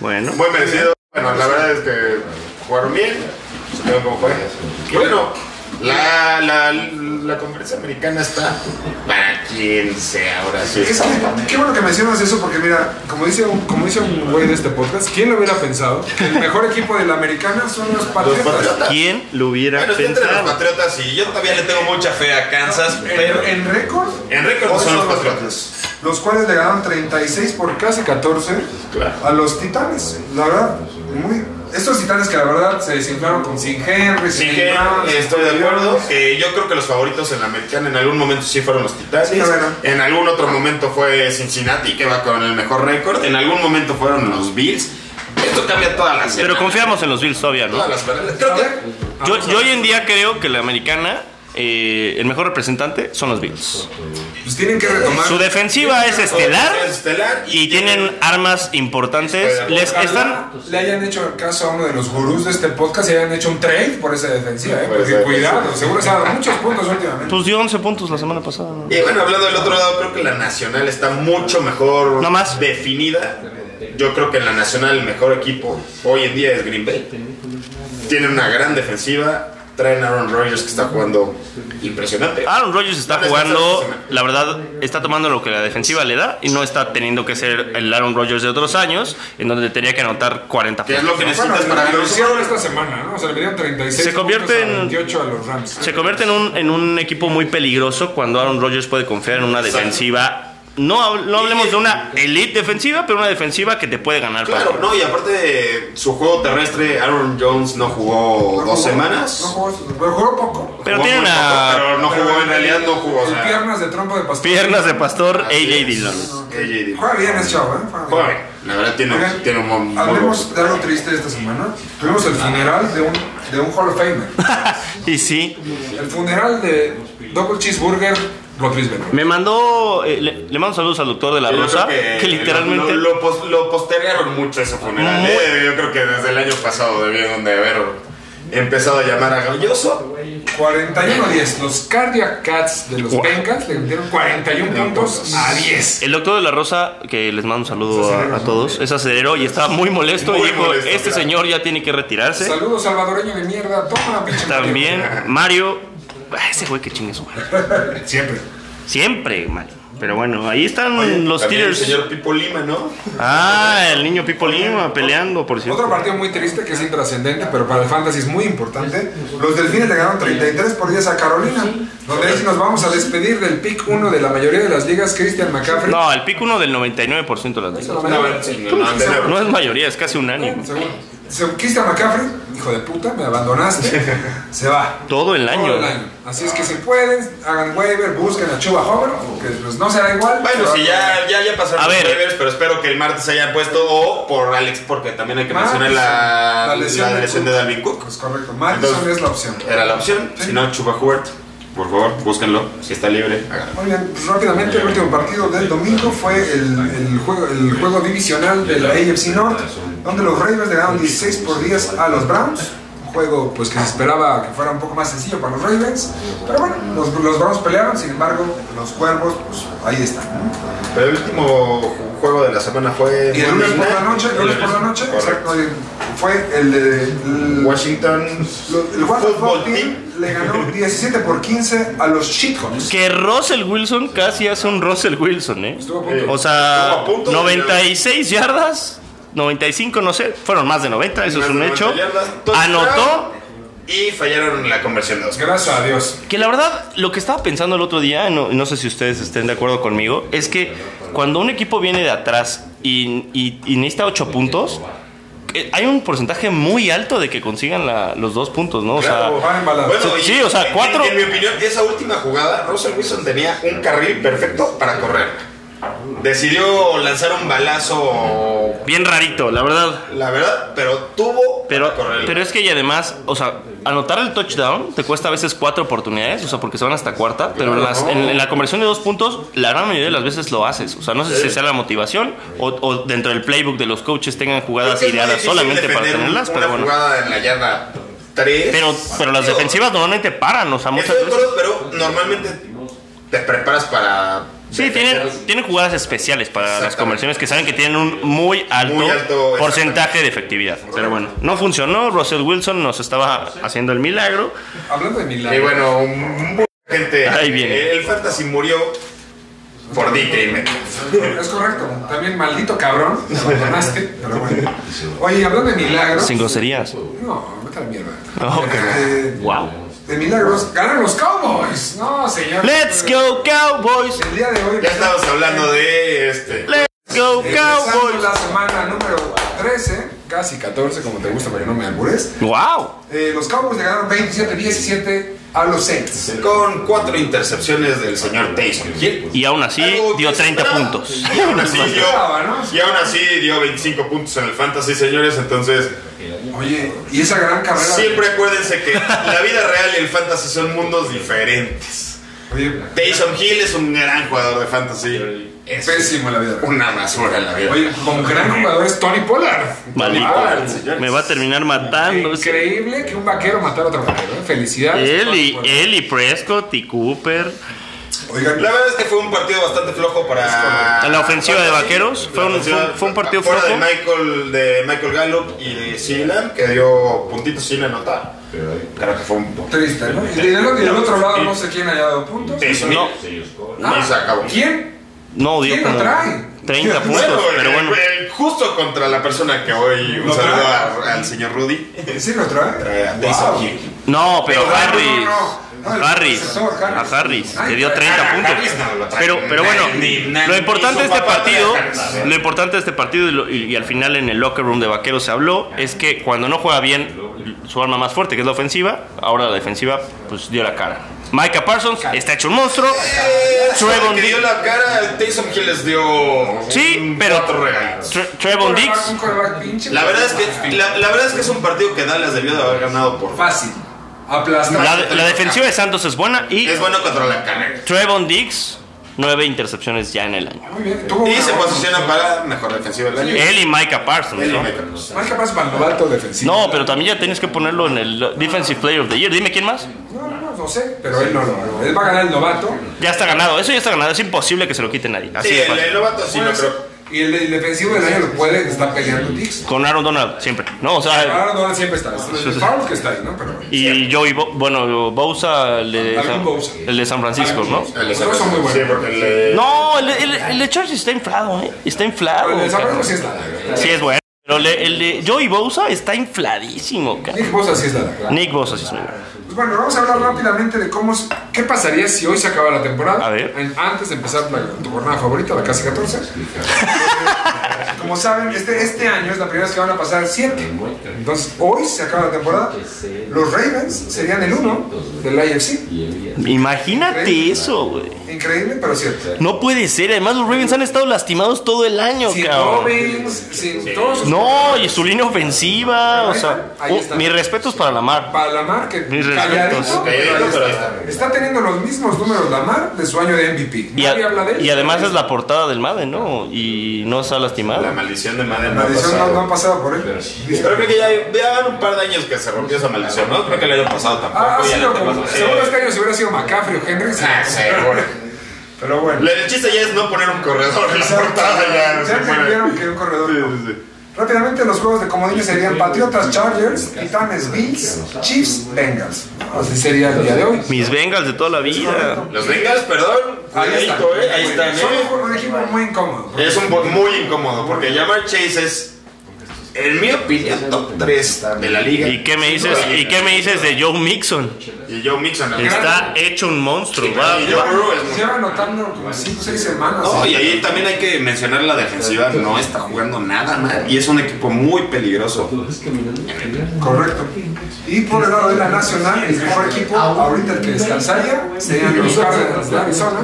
Speaker 2: Bueno,
Speaker 3: Muy merecido. Bueno, la verdad es que jugaron bien. Supieron cómo fue. Y bueno, La, la, la conferencia americana está para quien sea ahora sí.
Speaker 1: Es que, qué bueno que mencionas eso porque mira, como dice un, como dice un güey de este podcast, ¿quién lo hubiera pensado? Que El mejor equipo de la americana son los
Speaker 3: Los
Speaker 1: Patriotas.
Speaker 3: patriotas.
Speaker 2: ¿Quién lo hubiera
Speaker 3: Bueno, está entre los
Speaker 2: pensado?
Speaker 3: patriotas y yo todavía le tengo mucha fe a Kansas, pero
Speaker 1: En, en récord,
Speaker 3: en récord
Speaker 1: hoy
Speaker 3: son los patriotas.
Speaker 1: los cuales le ganaron 36 por casi 14
Speaker 3: Claro.
Speaker 1: a los Titanes. La verdad, muy. Estos Titanes que la verdad se desinflaron con sin Henry,
Speaker 3: Sí,
Speaker 1: sin
Speaker 3: que
Speaker 1: Brown,
Speaker 3: estoy de acuerdo. Eh, yo creo que los favoritos en la americana en algún momento sí fueron los Titanes.
Speaker 1: Sí, la verdad.
Speaker 3: en algún otro momento fue Cincinnati, que va con el mejor récord. En algún momento fueron los Bills. Esto cambia todas las
Speaker 2: Pero confiamos en los Bills, obvio, ¿no?
Speaker 3: Todas las semanas. Creo que
Speaker 2: Yo, yo hoy en día creo que la americana, eh, el mejor representante son los Bills.
Speaker 1: Pues tienen que retomar.
Speaker 2: Su defensiva es estelar
Speaker 3: Es estelar
Speaker 2: y tienen armas importantes. Les
Speaker 1: Ojalá
Speaker 2: están.
Speaker 1: le hayan hecho caso a uno de los gurús de este podcast y hayan hecho un trade por esa defensiva, ¿eh?
Speaker 3: Por
Speaker 1: porque
Speaker 3: esa
Speaker 1: cuidado,
Speaker 3: defensiva.
Speaker 1: seguro se ha dado muchos puntos últimamente.
Speaker 2: Pues dio 11 puntos la semana pasada. ¿no?
Speaker 3: Y Eh, bueno, hablando del otro lado, creo que la nacional está mucho mejor
Speaker 2: No más.
Speaker 3: definida. Yo creo que en la nacional el mejor equipo hoy en día es Green Bay. Tienen una gran defensiva. Traen a Aaron Rodgers que está jugando impresionante.
Speaker 2: Aaron Rodgers está
Speaker 3: No les
Speaker 2: jugando,
Speaker 3: alcanza esta semana.
Speaker 2: la verdad, está tomando lo que la defensiva le da y no está teniendo que ser el Aaron Rodgers de otros años, en donde tenía que anotar 40
Speaker 3: Que es
Speaker 2: puntos.
Speaker 3: lo que
Speaker 1: Bueno,
Speaker 3: necesitas para
Speaker 1: lo
Speaker 3: ganar.
Speaker 1: hicieron esta semana, ¿no? O sea, le dieron 36
Speaker 2: Se convierte
Speaker 1: puntos a
Speaker 2: en-
Speaker 1: 28 a los Rams.
Speaker 2: Se convierte en un, en un equipo muy peligroso cuando Aaron Rodgers puede confiar en una defensiva. No, hab- no hablemos de una elite defensiva, pero una defensiva que te puede ganar.
Speaker 3: Claro, no, y aparte su juego terrestre, Aaron Jones no jugó dos semanas.
Speaker 1: No jugó, pero jugó poco.
Speaker 2: Pero
Speaker 3: Jugó
Speaker 2: tiene
Speaker 3: muy
Speaker 2: una-
Speaker 3: poco, pero no jugó, en realidad no jugó. o
Speaker 1: Y
Speaker 3: sea,
Speaker 1: piernas de trompo de pastor.
Speaker 2: Piernas de pastor,
Speaker 3: Así
Speaker 2: AJ
Speaker 3: es.
Speaker 2: Dillon.
Speaker 3: AJ Dillon.
Speaker 1: Juega bien ese chavo, ¿eh?
Speaker 3: Juega bien. La verdad tiene,
Speaker 1: Ok.
Speaker 3: tiene un buen-
Speaker 1: Hablemos de algo triste esta semana. Tuvimos el funeral de un, de un Hall of Famer.
Speaker 2: Y sí,
Speaker 1: El funeral de Double Cheeseburger Rodríguez
Speaker 2: me mandó, eh, le, le mando saludos al doctor de la
Speaker 3: Yo creo
Speaker 2: Rosa, que, literalmente...
Speaker 3: Lo, lo pos- lo postergaron mucho ese funeral.
Speaker 2: Muy-
Speaker 3: eh. Yo creo que desde el año pasado debieron de haber empezado a llamar a Galloso.
Speaker 1: 41-10. Los Cardiac Cats de los
Speaker 2: Guau.
Speaker 1: Pencas le metieron 41 puntos a 10.
Speaker 2: El doctor de la Rosa, que les mando un saludo a, a todos, es aceleró y estaba muy molesto
Speaker 3: Muy
Speaker 2: y dijo,
Speaker 3: molesto,
Speaker 2: este
Speaker 3: claro.
Speaker 2: señor ya tiene que retirarse.
Speaker 1: Saludos salvadoreño de mierda. Toma la pinche.
Speaker 2: También Mario, ah, ese güey que chingue su madre.
Speaker 1: madre. Siempre.
Speaker 2: Siempre, Mario. Pero bueno, ahí están
Speaker 3: Oye,
Speaker 2: Mm, los
Speaker 3: también
Speaker 2: Steelers.
Speaker 3: El señor Pipo Lima, ¿no?
Speaker 2: Ah, el niño Pipo Lima peleando, por cierto.
Speaker 1: Otro partido muy triste que es intrascendente, pero para el fantasy es muy importante. Los delfines le ganaron 33 por 10 a Carolina, donde ahí sí nos vamos a despedir del pick 1 de la mayoría de las ligas, Christian McCaffrey.
Speaker 2: No, el pico uno del 99% de las ligas.
Speaker 1: La mayoría.
Speaker 3: no,
Speaker 2: No es mayoría, es casi unánime.
Speaker 1: Según- según Christian McCaffrey, hijo de puta, me abandonaste, se va.
Speaker 2: Todo el año.
Speaker 1: Todo el año. Así es que si pueden, hagan waiver, busquen a Chuba Hover, que pues, no será igual.
Speaker 3: Bueno,
Speaker 1: pero-
Speaker 3: si ya, ya, ya pasaron
Speaker 2: A
Speaker 3: los
Speaker 2: ver.
Speaker 3: waivers, pero espero que el martes hayan puesto o por Alex, porque también hay que
Speaker 1: Madison,
Speaker 3: mencionar la, la lesión,
Speaker 1: Ah, de
Speaker 3: de
Speaker 1: Cook.
Speaker 3: Dalvin Cook.
Speaker 1: Pues correcto, Madison
Speaker 3: Entonces,
Speaker 1: es la opción.
Speaker 3: Era la opción.
Speaker 1: Sí.
Speaker 3: Si no, Chuba Hubert, por favor, búsquenlo. Si está libre, háganlo.
Speaker 1: Muy bien, pues rápidamente el último partido del domingo fue el, el juego, el juego divisional de la AFC North, donde los Ravens le ganaron 16 por 10 a los Browns. Un juego pues que se esperaba que fuera un poco más sencillo para los Ravens. Pero bueno, los, los Browns pelearon, sin embargo, los cuervos, pues ahí están. ¿no?
Speaker 3: Pero el último juego de la semana fue.
Speaker 1: Y el lunes por la noche, el lunes por la noche,
Speaker 3: Correcto.
Speaker 1: exacto, el- fue el de. el-
Speaker 3: Washington.
Speaker 1: lo- el
Speaker 3: Football
Speaker 1: Washington
Speaker 3: Team.
Speaker 1: Team le ganó 17 por 15 a los Seahawks.
Speaker 2: Que Russell Wilson casi hace un Russell Wilson, ¿eh?
Speaker 1: Estuvo a punto.
Speaker 2: O sea,
Speaker 3: Estuvo a punto de-
Speaker 2: 96 yardas, 95, no sé, fueron más de 90, eso es un hecho. Anotó,
Speaker 3: Y fallaron la conversión de dos.
Speaker 1: Gracias a Dios.
Speaker 2: que la verdad, lo que estaba pensando el otro día, no, no sé si ustedes estén de acuerdo conmigo, es que cuando un equipo viene de atrás y, y- y necesita 8 puntos, eh, hay un porcentaje muy alto de que consigan la- los dos puntos, ¿no? O sea,
Speaker 1: Claro. van embalados.
Speaker 3: y-
Speaker 2: Sí, o sea,
Speaker 3: en-
Speaker 2: cuatro-
Speaker 3: En, mi opinión, esa última jugada, Russell Wilson tenía un carril perfecto para correr. Decidió lanzar un balazo,
Speaker 2: bien rarito, la verdad.
Speaker 3: la verdad, pero tuvo
Speaker 2: Pero,
Speaker 3: para correr.
Speaker 2: pero es que y además, o sea, anotar el touchdown te cuesta a veces cuatro oportunidades, o sea, porque se van hasta cuarta, pero en, las- en- en la conversión de dos puntos, la gran mayoría de las veces lo haces. O sea, no sé si sea la motivación o, o dentro del playbook de los coaches tengan
Speaker 3: Creo
Speaker 2: jugadas
Speaker 3: que es muy
Speaker 2: ideadas
Speaker 3: difícil
Speaker 2: solamente para
Speaker 3: defender
Speaker 2: tenerlas,
Speaker 3: una
Speaker 2: pero bueno.
Speaker 3: jugada en la yarda 3.
Speaker 2: Pero, pero las defensivas normalmente paran, o sea, muchas
Speaker 3: Estoy de
Speaker 2: veces.
Speaker 3: acuerdo, pero normalmente te preparas para
Speaker 2: Sí, tienen, tienen jugadas especiales para las
Speaker 3: Exactamente.
Speaker 2: conversiones que saben que tienen un muy alto,
Speaker 3: Muy alto,
Speaker 2: porcentaje de efectividad. Pero bueno, no funcionó. Russell Wilson nos estaba haciendo el milagro.
Speaker 1: Hablando de
Speaker 3: Y
Speaker 1: milagros.
Speaker 3: bueno, mucha gente. eh,
Speaker 2: Ahí viene.
Speaker 3: El fantasy murió por DK Metcalf.
Speaker 1: Es correcto. También maldito cabrón. Me abandonaste. Pero bueno. Oye, hablando de milagros.
Speaker 2: Sin groserías.
Speaker 1: No, vete a la mierda.
Speaker 2: No, que no.
Speaker 1: Eh,
Speaker 2: Wow.
Speaker 1: de milagros. Ganan los Cowboys. No, señor.
Speaker 2: Let's go Cowboys.
Speaker 1: El día de hoy.
Speaker 3: Ya estabas hablando de este.
Speaker 2: Let's go
Speaker 1: Empezando
Speaker 2: Cowboys.
Speaker 1: la semana número 13, casi 14, como te gusta, para que no me albures.
Speaker 2: Wow.
Speaker 1: Eh, los Cowboys le ganaron 27-17 a los Saints.
Speaker 3: Con cuatro intercepciones del señor Taysom Hill.
Speaker 2: Y aún así
Speaker 3: Algo que
Speaker 2: dio 30
Speaker 3: esperaba.
Speaker 2: puntos.
Speaker 3: Y aún, así dio,
Speaker 1: Esperaba, ¿no?
Speaker 3: y aún así dio 25 puntos en el fantasy, señores. Entonces,
Speaker 1: Oye, y esa gran carrera.
Speaker 3: siempre acuérdense que la vida real y el fantasy son mundos diferentes.
Speaker 1: Oye,
Speaker 3: Taysom Hill es un gran jugador de fantasy. Es
Speaker 1: pésimo la vida.
Speaker 3: una basura en la vida.
Speaker 1: Oye, como gran jugador es Tony Pollard.
Speaker 2: Maldito.
Speaker 3: Mal, señores.
Speaker 2: Me va a terminar
Speaker 3: Ah,
Speaker 2: matando. ese-
Speaker 1: Increíble que un vaquero matara a otro vaquero. ¿eh? Felicidades.
Speaker 2: Él
Speaker 1: Tony
Speaker 2: y,
Speaker 1: Pollard.
Speaker 2: él y Prescott y Cooper.
Speaker 1: Oigan,
Speaker 3: La verdad es que fue un partido bastante flojo para.
Speaker 2: ¿En la ofensiva de
Speaker 3: para-
Speaker 2: Vaqueros? ¿Fue un-
Speaker 3: La ofensiva-
Speaker 2: fue un- fue un partido
Speaker 3: fuera
Speaker 2: flojo?
Speaker 3: de Michael, de Michael Gallup y de Sealand, que dio puntitos sin anotar. Creo que fue un poco.
Speaker 1: triste, ¿no? Y del, y del otro lado, no sé quién haya dado puntos.
Speaker 2: No,
Speaker 1: Ah,
Speaker 3: Y se acabó.
Speaker 1: ¿Quién?
Speaker 2: no dio
Speaker 1: ¿Quién lo
Speaker 2: como
Speaker 1: trae?
Speaker 2: 30
Speaker 3: Bueno,
Speaker 2: puntos, pero
Speaker 3: eh,
Speaker 2: bueno.
Speaker 3: eh, justo contra la persona que hoy. Un
Speaker 1: ¿Lo
Speaker 3: saludo
Speaker 1: trae?
Speaker 3: a- al señor Rudy.
Speaker 1: ¿Sí lo trae?
Speaker 3: Trae a Taysom
Speaker 1: Wow.
Speaker 3: Hill.
Speaker 2: No, pero
Speaker 3: Pero
Speaker 2: Harris.
Speaker 1: no, no, no. No,
Speaker 2: a Harris.
Speaker 1: el receptor, Harris.
Speaker 2: A Harris.
Speaker 1: Ay,
Speaker 2: Le dio
Speaker 1: a
Speaker 2: 30
Speaker 3: Harris no lo
Speaker 2: puntos.
Speaker 3: trae.
Speaker 2: Pero, pero bueno,
Speaker 3: Ni- ni-
Speaker 2: lo
Speaker 3: ni
Speaker 2: importante de
Speaker 3: su
Speaker 2: este
Speaker 3: papá
Speaker 2: partido,
Speaker 3: trae a Harris.
Speaker 2: lo importante de este partido y, lo- y- y al final en el locker room de Vaqueros se habló, es que cuando no juega bien su arma más fuerte, que es la ofensiva, ahora la defensiva, pues dio la cara. Micah Parsons está hecho un monstruo. Trevon
Speaker 3: Eh, que dio
Speaker 2: Diggs.
Speaker 3: la cara, Taysom Hill les dio.
Speaker 2: Sí,
Speaker 3: un-
Speaker 2: pero
Speaker 3: cuatro regalos.
Speaker 2: Tre- Trevon
Speaker 1: Un
Speaker 2: Diggs.
Speaker 1: quarterback pinche.
Speaker 3: La verdad es que la, la verdad es que es un partido que Dallas debió de haber ganado por.
Speaker 1: Fácil. Aplastar.
Speaker 2: La, la defensiva de Santos es buena y
Speaker 3: Es bueno contra la carrera.
Speaker 2: Trevon Diggs, nueve intercepciones ya en el año.
Speaker 1: Muy bien. Tuvo
Speaker 3: Y
Speaker 1: una
Speaker 3: se
Speaker 1: buena-
Speaker 3: posiciona para mejor defensiva del año.
Speaker 2: Él y Micah Parsons,
Speaker 3: Él y
Speaker 2: ¿no?
Speaker 3: Metcalf.
Speaker 1: Más capaz para lo alto defensivo.
Speaker 2: No, pero también ya tienes que ponerlo en el Defensive Player of the Year. Dime quién más.
Speaker 1: No, no, no sé. Pero él no lo ganó. Él va a ganar el novato.
Speaker 2: Ya está ganado, eso ya está ganado. Es imposible que se lo quite nadie. Así
Speaker 3: Sí,
Speaker 2: de
Speaker 3: el, el
Speaker 2: fácil.
Speaker 3: novato sí lo
Speaker 1: Pues,
Speaker 3: creo.
Speaker 1: Y el, el defensivo del año lo puede estar peleando Dix.
Speaker 2: Con Aaron Donald, siempre. No, o sea,
Speaker 1: Ahora no siempre está. Es el Foul que está ahí, ¿no? Pero bueno.
Speaker 2: y Joey, Bo- bueno, Bousa, el de,
Speaker 1: Algún
Speaker 2: San,
Speaker 1: Bosa.
Speaker 2: el de San Francisco, ¿no?
Speaker 3: El
Speaker 1: Los dos son muy buenos.
Speaker 3: Sí, porque el de-
Speaker 2: No, el, de- el, el de Chargers está inflado, ¿eh? Está inflado.
Speaker 1: Pero el de San
Speaker 2: cabrón.
Speaker 1: Francisco sí está.
Speaker 2: Sí, es bueno. Pero le- el de Joey Bousa está infladísimo, cabrón.
Speaker 1: Nick Bosa sí está. claro.
Speaker 2: Nick Bosa, sí es muy bueno.
Speaker 1: Pues bueno, vamos a hablar rápidamente de cómo. es- ¿Qué pasaría si hoy se acaba la temporada?
Speaker 2: A ver.
Speaker 1: En- antes de empezar la, tu jornada favorita, la casi 14. Como saben, este, este año es la primera vez que van a pasar 7. Entonces, hoy se acaba la temporada. Los Ravens serían el 1 del AFC.
Speaker 2: Imagínate eso, güey.
Speaker 1: Increíble, pero cierto.
Speaker 2: No puede ser. Además, los Ravens han estado lastimados todo el año,
Speaker 1: Sin
Speaker 2: cabrón.
Speaker 1: Robbins, sin todos. sus-
Speaker 2: No, y su línea ofensiva, o sea,
Speaker 1: Ahí
Speaker 2: oh,
Speaker 1: está.
Speaker 2: mis respetos para Lamar.
Speaker 1: Para Lamar, que
Speaker 2: Mis respetos.
Speaker 1: calladito, pero ahí
Speaker 3: Calladito, pero ahí
Speaker 1: está. Está teniendo los mismos números Lamar de su año de MVP.
Speaker 2: Y, a-
Speaker 1: Nadie habla de él.
Speaker 2: y además es la portada del Madden, ¿no? Y no está
Speaker 3: La
Speaker 2: lastimado.
Speaker 3: maldición de Madden no ha
Speaker 1: Maldición, no,
Speaker 3: pasado.
Speaker 1: no han pasado por él.
Speaker 3: Pero creo que ya, ya van un par de años que se rompió esa maldición, ¿no? Creo que el año pasado tampoco.
Speaker 1: Ah,
Speaker 3: ya
Speaker 1: sí,
Speaker 3: la
Speaker 1: lo como.
Speaker 3: tenemos.
Speaker 1: Seguro este año si hubiera sido McCaffrey o Henry. sí.
Speaker 3: Ah, seguro.
Speaker 1: Pero bueno.
Speaker 3: El chiste ya es no poner un corredor en la portada ya. no se
Speaker 1: Ya
Speaker 3: puede.
Speaker 1: entendieron que un corredor.
Speaker 3: Sí,
Speaker 1: no.
Speaker 3: sí, sí.
Speaker 1: Rápidamente los juegos de comodines serían Patriotas, Chargers, Titanes, Bills, Chiefs, Bengals. Así sería el día de hoy.
Speaker 2: Mis Bengals de toda la vida.
Speaker 3: Los Bengals, perdón. cuidadito, ¿eh? Ahí están,
Speaker 1: Son
Speaker 3: ¿eh?
Speaker 1: un equipo muy incómodo.
Speaker 3: Es un bot muy incómodo porque Jamar Chase es, en mi opinión, top 3 de la liga.
Speaker 2: ¿Y qué me dices? ¿Y qué me dices de Joe Mixon?
Speaker 3: Y Joe Mixon. el
Speaker 2: Está hecho un monstruo. va-
Speaker 3: Y Joe Burrow es muy-
Speaker 1: Lleva anotando como 5 o 6 semanas.
Speaker 3: No, y ahí también hay que mencionar la defensiva. No está jugando nada mal. Y es un equipo muy peligroso.
Speaker 1: Correcto. Y por el lado de la nacional, el mejor equipo, ahorita el que descansaría, serían los Cardinals de Arizona.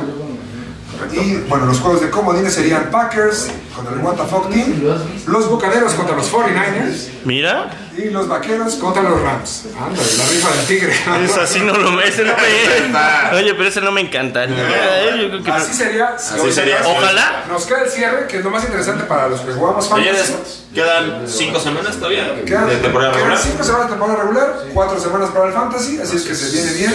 Speaker 1: Y bueno, los juegos de comodines serían Packers contra el WTF Team, los Bucaneros contra los 49ers,
Speaker 2: Mira,
Speaker 1: Y los vaqueros contra los Rams. Anda, la rifa del tigre.
Speaker 2: Es así, no lo ese no me. Oye, pero ese no me encanta. Yo creo que no.
Speaker 1: Así sería. si
Speaker 3: Así
Speaker 1: hoy
Speaker 3: sería.
Speaker 1: nos-
Speaker 2: Ojalá.
Speaker 1: Nos queda el cierre, que es lo más interesante para los que jugamos fantasy.
Speaker 5: Señores, quedan cinco semanas todavía
Speaker 1: Quedan,
Speaker 5: de temporada
Speaker 1: quedan
Speaker 5: regular. Ah,
Speaker 1: cinco semanas de temporada regular, cuatro semanas para el fantasy, así es que se viene bien.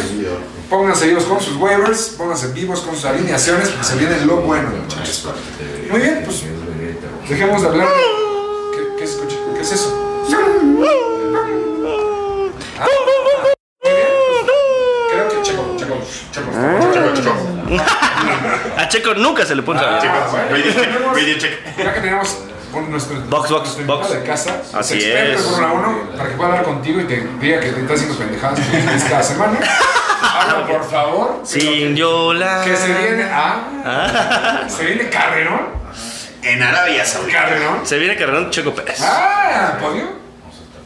Speaker 1: Pónganse vivos con sus waivers, pónganse vivos con sus alineaciones, porque se viene lo bueno,
Speaker 5: Ah,
Speaker 1: muchachos. Muy bien, pues dejemos de hablar. de- ¿Qué, qué se escucha? ¿Qué es eso? Ah, muy bien, pues, creo que Checo, Checo, Checo, Checo, Checo, Checo.
Speaker 2: A Checo nunca se le pone
Speaker 1: Ah,
Speaker 2: a Checo.
Speaker 3: Radio check, radio check.
Speaker 1: Ya que tenemos un- nuestro
Speaker 2: Box, box,
Speaker 1: nuestro
Speaker 2: box.
Speaker 1: invitado de casa,
Speaker 2: Así
Speaker 1: experto
Speaker 2: es.
Speaker 1: en Fórmula 1, para que pueda hablar contigo y te diga que te estás haciendo pendejadas que tienes cada semana.
Speaker 2: Ah,
Speaker 1: Habla, por favor.
Speaker 2: Sin Yola.
Speaker 1: Que se viene a.
Speaker 2: Ah.
Speaker 1: Se viene Carrerón.
Speaker 3: En Arabia Saudita.
Speaker 1: Carrerón.
Speaker 2: Se viene cargando Checo Pérez.
Speaker 1: Ah, podio.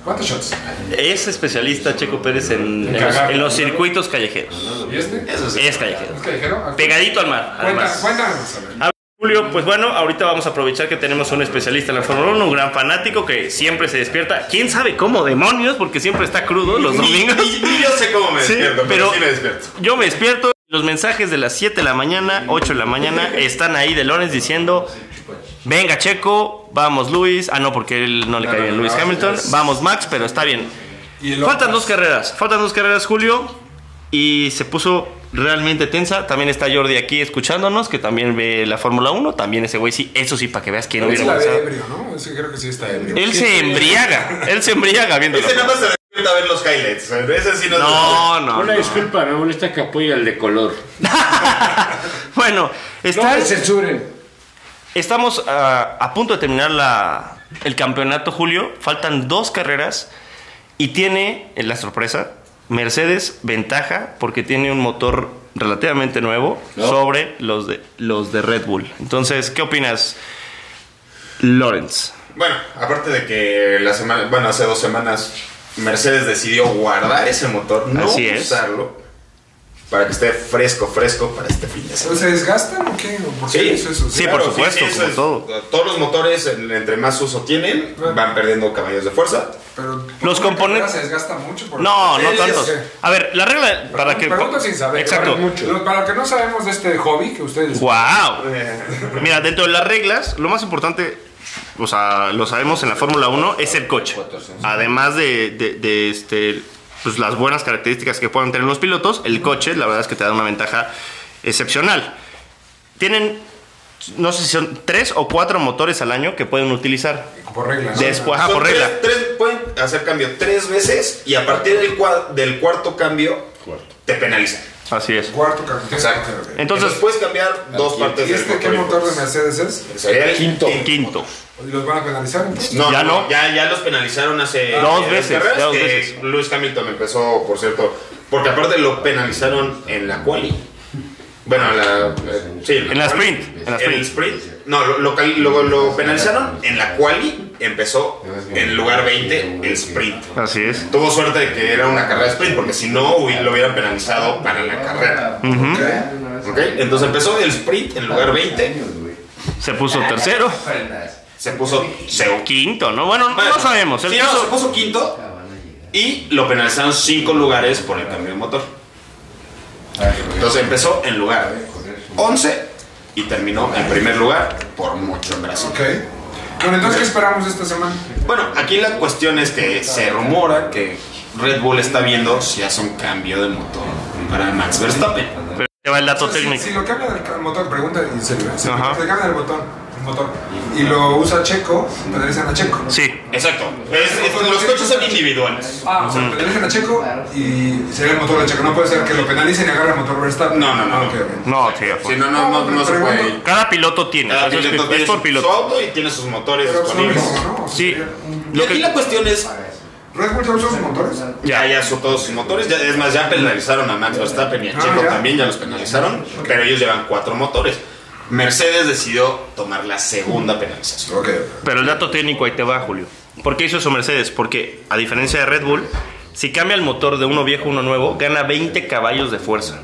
Speaker 1: ¿Cuántos shots?
Speaker 2: Es especialista Checo Pérez en, en los, en los circuitos callejeros.
Speaker 1: ¿Y este?
Speaker 3: Eso sí.
Speaker 2: Es callejero.
Speaker 1: ¿Qué dijeron? Ah,
Speaker 2: Pegadito al mar,
Speaker 1: Cuenta-
Speaker 2: además.
Speaker 1: Cuéntanos. a ver.
Speaker 2: Julio, pues bueno, ahorita vamos a aprovechar que tenemos un especialista en la Fórmula 1, un gran fanático que siempre se despierta, quién sabe cómo demonios, porque siempre está crudo los
Speaker 3: Ni,
Speaker 2: domingos.
Speaker 3: ni- ni yo sé cómo me
Speaker 2: Sí,
Speaker 3: despierto, pero,
Speaker 2: pero
Speaker 3: sí me despierto.
Speaker 2: yo me despierto. Los mensajes de las 7 de la mañana, 8 de la mañana, están ahí de Lorenz diciendo: Venga, Checo, vamos, Luis. Ah, no, porque él no le cae bien, Luis Hamilton. Vamos, Max, pero está bien.
Speaker 1: Y el
Speaker 2: Faltan dos carreras, faltan dos carreras, Julio. Y se puso realmente tensa. También está Jordi aquí escuchándonos, que también ve la Fórmula 1. También ese güey, sí, eso sí, para que veas quién
Speaker 1: Es
Speaker 2: hubiera
Speaker 1: la de
Speaker 2: pasado.
Speaker 1: ebrio, ¿no? Ese creo que sí está ebrio.
Speaker 2: Él se embriaga, él se embriaga viéndolo.
Speaker 3: Ese nada más se despierta a ver los highlights. Ese sí no.
Speaker 2: No, no,
Speaker 6: Una
Speaker 2: no.
Speaker 6: disculpa, me molesta que apoya el de color. pues,
Speaker 2: Bueno,
Speaker 5: No
Speaker 2: está.
Speaker 5: me censuren.
Speaker 2: Estamos ah, a punto de terminar la- el campeonato, Julio. Faltan dos carreras y tiene eh, la sorpresa. Mercedes ventaja porque tiene un motor relativamente nuevo sobre los de, los de Red Bull. Entonces, ¿qué opinas, Lawrence?
Speaker 3: Bueno, aparte de que la semana, bueno, hace dos semanas Mercedes decidió guardar ese motor, no
Speaker 2: Así es.
Speaker 3: usarlo, para que esté fresco, fresco para este fin de semana.
Speaker 1: ¿Se desgastan o qué? ¿O por qué es eso?
Speaker 2: Sí, por supuesto, como
Speaker 3: es-
Speaker 2: todo.
Speaker 3: Todos los motores, en- entre más uso tienen, van perdiendo caballos de fuerza.
Speaker 1: Pero
Speaker 2: Los
Speaker 1: una
Speaker 2: componen-
Speaker 1: carrera se desgasta mucho. por-
Speaker 2: No, no
Speaker 1: Sí,
Speaker 2: tantos.
Speaker 1: es que-
Speaker 2: A ver, la regla para que.
Speaker 1: Pregunto sin saber.
Speaker 2: Exacto.
Speaker 1: Para, mucho. para que no sabemos de este hobby que ustedes.
Speaker 2: ¡Wow!
Speaker 3: Eh.
Speaker 2: Mira, dentro de las reglas, lo más importante, o sea, lo sabemos en la Fórmula 1, es el coche. Además de, de- de, este, pues, las buenas características que puedan tener los pilotos, el coche, la verdad es que te da una ventaja excepcional. Tienen, no sé si son tres o cuatro motores al año que pueden utilizar.
Speaker 1: Por regla. ¿no?
Speaker 2: Después, ajá,
Speaker 3: Son
Speaker 2: por
Speaker 3: tres-
Speaker 2: regla.
Speaker 3: tres- pueden hacer cambio tres veces y a partir del, cua- del cuarto cambio te penalizan.
Speaker 2: Así es.
Speaker 1: Cuarto capitán.
Speaker 3: Exacto.
Speaker 2: Entonces-
Speaker 3: Entonces puedes cambiar dos partes
Speaker 1: ¿Y este qué motor de
Speaker 3: Mercedes?
Speaker 1: Mercedes es?
Speaker 3: Sería el
Speaker 6: Quinto.
Speaker 2: Quinto.
Speaker 1: ¿Y los van a penalizar? entonces?
Speaker 3: No,
Speaker 2: Ya
Speaker 3: ya
Speaker 2: no. Ah,
Speaker 3: no. Ya, ya los penalizaron hace
Speaker 2: Dos
Speaker 3: eh,
Speaker 2: veces,
Speaker 3: carreras,
Speaker 2: ya dos
Speaker 3: que
Speaker 2: veces.
Speaker 3: Lewis Hamilton empezó, por cierto, porque aparte lo penalizaron en la quali. Bueno, en la, eh, sí,
Speaker 2: En la
Speaker 3: quali.
Speaker 2: sprint, en la
Speaker 3: el sprint. No, lo, lo cal- lo- lo penalizaron en la quali. Empezó en lugar 20 el sprint.
Speaker 2: Así es.
Speaker 3: Tuvo suerte de que era una carrera de sprint, porque si no hubi- lo hubieran penalizado para la carrera. ¿Ok? Entonces empezó el sprint en lugar 20,
Speaker 2: Se puso tercero.
Speaker 3: se puso segundo.
Speaker 2: Quinto, ¿no? Bueno,
Speaker 3: Bueno,
Speaker 2: no sabemos. El
Speaker 3: sí, no,
Speaker 2: caso-
Speaker 3: se puso quinto y lo penalizaron cinco lugares por el cambio de motor. Entonces empezó en lugar 11 y terminó en primer lugar por mucho en Brasil.
Speaker 1: Ok. Bueno, entonces, ¿qué esperamos esta semana?
Speaker 3: Bueno, aquí la cuestión es que se rumora que Red Bull está viendo si hace un cambio de motor para Max Verstappen.
Speaker 2: Pero ahí va el dato
Speaker 1: Si,
Speaker 2: técnico.
Speaker 1: si lo cambia del motor, pregunta en serio. Si le
Speaker 2: Ajá.
Speaker 1: cambia el botón, el motor, y lo usa Checo, penalizan a Checo.
Speaker 2: Sí.
Speaker 3: Exacto. Es- es- los coches son individuales.
Speaker 1: Ah, o sea, penalizan a Checo y sería el motor de Checo. No puede ser que lo penalicen y agarre el motor Verstappen.
Speaker 3: No, no, no.
Speaker 1: Ah, ok, ok.
Speaker 2: No, tío.
Speaker 3: Si no, no, no, no se puede.
Speaker 2: Cada piloto tiene.
Speaker 3: Cada
Speaker 2: eso es-
Speaker 3: piloto
Speaker 2: es
Speaker 3: tiene
Speaker 2: por
Speaker 3: su, su
Speaker 2: piloto.
Speaker 3: auto y tiene sus motores
Speaker 1: Pero son lo
Speaker 3: disponibles.
Speaker 1: mismo, ¿no? O sea,
Speaker 2: Sí.
Speaker 3: Y
Speaker 2: Lo
Speaker 3: aquí la
Speaker 2: que,
Speaker 3: cuestión es
Speaker 1: ¿Red Bull solo usa sus motores?
Speaker 3: Ya, ya son todos sus motores. Ya, es más, ya penalizaron a Max Verstappen y
Speaker 2: Ah,
Speaker 3: a Checo
Speaker 1: ya.
Speaker 3: también, ya los penalizaron. Pero ellos llevan cuatro motores. Mercedes decidió tomar la segunda penalización.
Speaker 1: Ok.
Speaker 2: pero el dato técnico ahí te va, Julio. ¿Por qué hizo eso Mercedes? Porque, a diferencia de Red Bull, si cambia el motor de uno viejo a uno nuevo, gana 20 caballos de fuerza.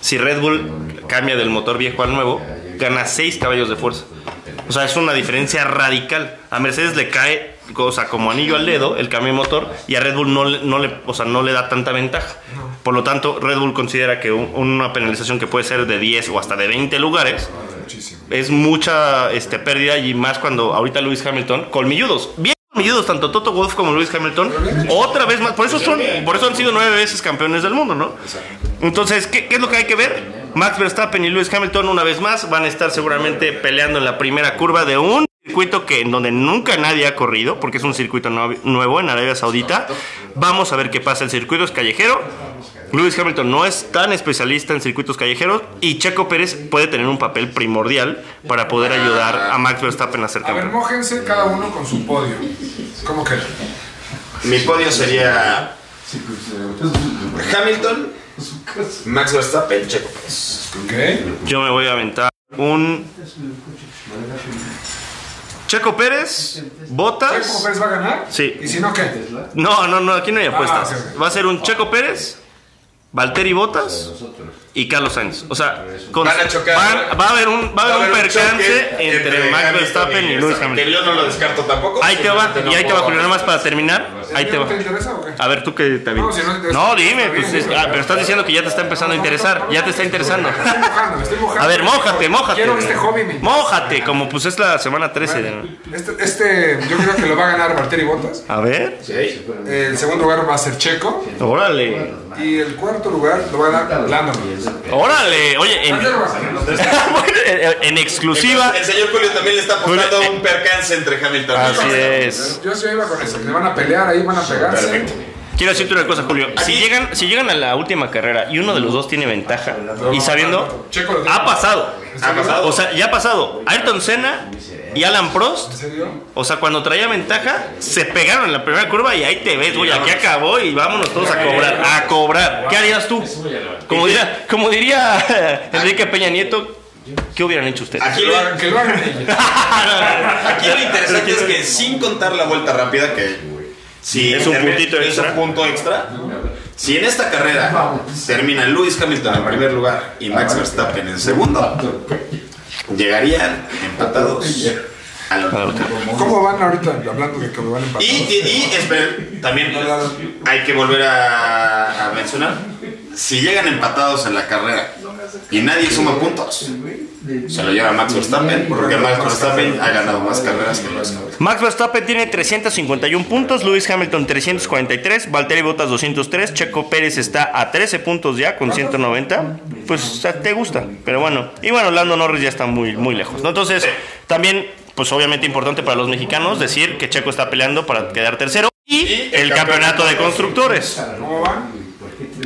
Speaker 2: Si Red Bull cambia del motor viejo al nuevo, gana 6 caballos de fuerza. O sea, es una diferencia radical. A Mercedes le cae o sea, como anillo al dedo el cambio de motor y a Red Bull no, le- no, le, o sea, no le da tanta ventaja. Por lo tanto, Red Bull considera que un- una penalización que puede ser de 10 o hasta de 20 lugares es mucha este, pérdida y más cuando ahorita Lewis Hamilton, colmilludos, bien colmilludos, tanto Toto Wolf como Lewis Hamilton, otra vez más, por eso, son, por eso han sido nueve veces campeones del mundo, ¿no? Entonces, ¿qué, qué es lo que hay que ver? Max Verstappen y Lewis Hamilton una vez más van a estar seguramente peleando en la primera curva de un circuito que en donde nunca nadie ha corrido, porque es un circuito no- nuevo en Arabia Saudita. Vamos a ver qué pasa. El circuito es callejero. Lewis Hamilton no es tan especialista en circuitos callejeros y Checo Pérez puede tener un papel primordial para poder ayudar a Max Verstappen a ser
Speaker 1: A ver,
Speaker 2: campeón.
Speaker 1: mójense cada uno con su podio. ¿Cómo que?
Speaker 3: Mi podio sería Hamilton, Max Verstappen, Checo Pérez.
Speaker 1: Ok.
Speaker 2: Yo me voy a aventar un Checo Pérez,
Speaker 1: ¿Checo
Speaker 2: Botas.
Speaker 1: Pérez va a ganar?
Speaker 2: Sí.
Speaker 1: ¿Y si no qué?
Speaker 2: No, no, no, aquí no hay apuestas.
Speaker 1: Ah, ok, ok.
Speaker 2: Va a ser un Checo Pérez, Valtteri Botas y Carlos Sainz. O sea, con-
Speaker 3: Van a chocar.
Speaker 2: van- va a haber un, va a haber un percance
Speaker 3: choque
Speaker 2: entre Max
Speaker 3: Hamilton
Speaker 2: Verstappen y Lewis
Speaker 3: Que
Speaker 2: Hamilton.
Speaker 3: yo no lo descarto tampoco.
Speaker 2: Ahí te va,
Speaker 3: Simplemente
Speaker 2: y ahí
Speaker 3: no
Speaker 2: te va,
Speaker 3: puedo-
Speaker 2: Julio, nada más para terminar. Ahí te va.
Speaker 1: ¿No te interesa o qué?
Speaker 2: A ver, tú que te
Speaker 1: No, si no te interesa,
Speaker 2: No,
Speaker 1: está
Speaker 2: dime,
Speaker 1: bien,
Speaker 2: pues, es-
Speaker 1: güey.
Speaker 2: ah, pero estás diciendo que ya te está empezando a interesar. Ya te está interesando.
Speaker 1: Me estoy mojando, me estoy mojando.
Speaker 2: A ver, mójate, mójate.
Speaker 1: Quiero este hobby, mi.
Speaker 2: Mójate, como pues es la semana 13. de-
Speaker 1: Este, este, yo creo que lo va a ganar Valtteri Bottas.
Speaker 2: A ver,
Speaker 1: El segundo lugar va a ser Checo.
Speaker 2: órale,
Speaker 1: Y el cuarto lugar lo va a ganar Lando.
Speaker 2: órale. Oye, en,
Speaker 1: Lando Norris.
Speaker 2: Bueno, en- en exclusiva.
Speaker 3: El señor Julio también le está apostando
Speaker 2: Ah. Julio, eh.
Speaker 3: a un percance entre Hamilton y
Speaker 2: Así
Speaker 3: Verstappen.
Speaker 2: es.
Speaker 1: Yo sí iba con eso. Le van a pelear ahí, van a pegarse.
Speaker 2: Quiero decirte una cosa, Julio. Si llegan, si llegan a la última carrera y uno de los dos tiene ventaja, y sabiendo,
Speaker 1: Checo lo tiene.
Speaker 2: ha pasado.
Speaker 3: Ha pasado.
Speaker 2: O sea, ya ha pasado. Ayrton Senna y Alan
Speaker 1: ¿En
Speaker 2: Prost.
Speaker 1: serio?
Speaker 2: O sea, cuando traía ventaja, se pegaron en la primera curva y ahí te ves, güey, aquí acabó y vámonos todos a cobrar, a cobrar. ¿Qué harías tú? Como diría, como diría Enrique Peña Nieto, ¿qué hubieran hecho ustedes?
Speaker 3: Aquí
Speaker 1: Que lo hagan,
Speaker 3: lo,
Speaker 1: que lo hagan ellos.
Speaker 3: aquí lo interesante es que sin contar la vuelta rápida, que si
Speaker 2: Es un
Speaker 3: termina-
Speaker 2: puntito
Speaker 3: es un
Speaker 2: extra.
Speaker 3: punto extra, si en esta carrera termina Lewis Hamilton en primer lugar y Max Verstappen en segundo, llegarían empatados a la última.
Speaker 1: ¿Cómo van ahorita hablando de que me van a empatar?
Speaker 3: Y, y, y, esperen, también hay que volver a, a mencionar, si llegan empatados en la carrera y nadie suma puntos, se lo lleva Max Verstappen, porque Max Verstappen ha ganado más carreras que Lewis Hamilton.
Speaker 2: Max Verstappen tiene 351 puntos, Lewis Hamilton 343, Valtteri Bottas 203, Checo Pérez está a 13 puntos ya con 190. Pues o sea, te gusta, pero bueno. Y bueno, Lando Norris ya está muy, muy lejos. ¿no? Entonces, también, pues obviamente importante para los mexicanos decir que Checo está peleando para quedar tercero y el campeonato de constructores.
Speaker 1: ¿Cómo van?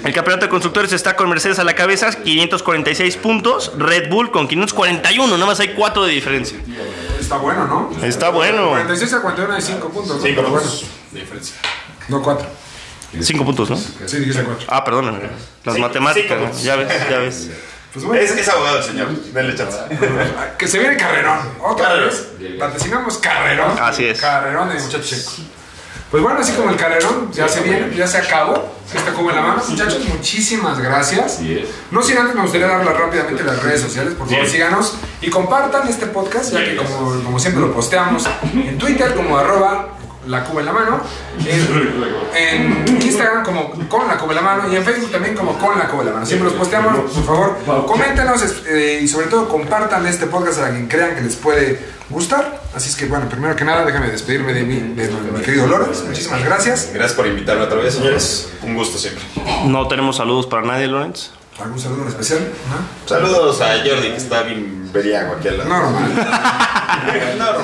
Speaker 2: El campeonato de constructores está con Mercedes a la cabeza, 546 puntos, Red Bull con 541, nada más hay 4 de diferencia.
Speaker 1: Está bueno, ¿no?
Speaker 2: Está bueno.
Speaker 1: 46 a 41 hay 5 puntos. ¿no? Pero bueno.
Speaker 3: diferencia.
Speaker 1: No 4.
Speaker 2: 5 puntos, ¿no?
Speaker 1: Sí, dijiste 4.
Speaker 2: Ah, perdóname. Las matemáticas, ¿no? ya ves, ya ves.
Speaker 1: Pues bueno.
Speaker 3: Es, es abogado el señor, denle chance.
Speaker 1: Que se viene carrerón. Otra
Speaker 3: Carrerón.
Speaker 1: vez. Vaticinamos carrerón.
Speaker 2: Así es.
Speaker 1: Carrerón de muchachos. Pues bueno, así como el carrerón ya se viene, ya se acabó. Se está como en la mano. Muchachos, muchísimas gracias. No sin antes me gustaría darlas rápidamente las redes sociales. Por favor, síganos y compartan este podcast, ya que como, como siempre lo posteamos en Twitter como arroba la cuba en la mano, en, en Instagram como con la cuba en la mano y en Facebook también como con la cuba en la mano. Siempre los posteamos, por favor, coméntenos eh, y sobre todo compartan este podcast a quien crean que les puede gustar. Así es que bueno, primero que nada déjame despedirme de mi, de mi querido Lorenz. Muchísimas gracias.
Speaker 3: Gracias por invitarme otra vez, señores. Un gusto siempre.
Speaker 2: No tenemos saludos para nadie, Lorenz.
Speaker 1: ¿Algún saludo en especial?
Speaker 3: Saludos a Jordi, que está bien veriago aquí al
Speaker 1: ¿No?
Speaker 3: lado.
Speaker 1: Normal.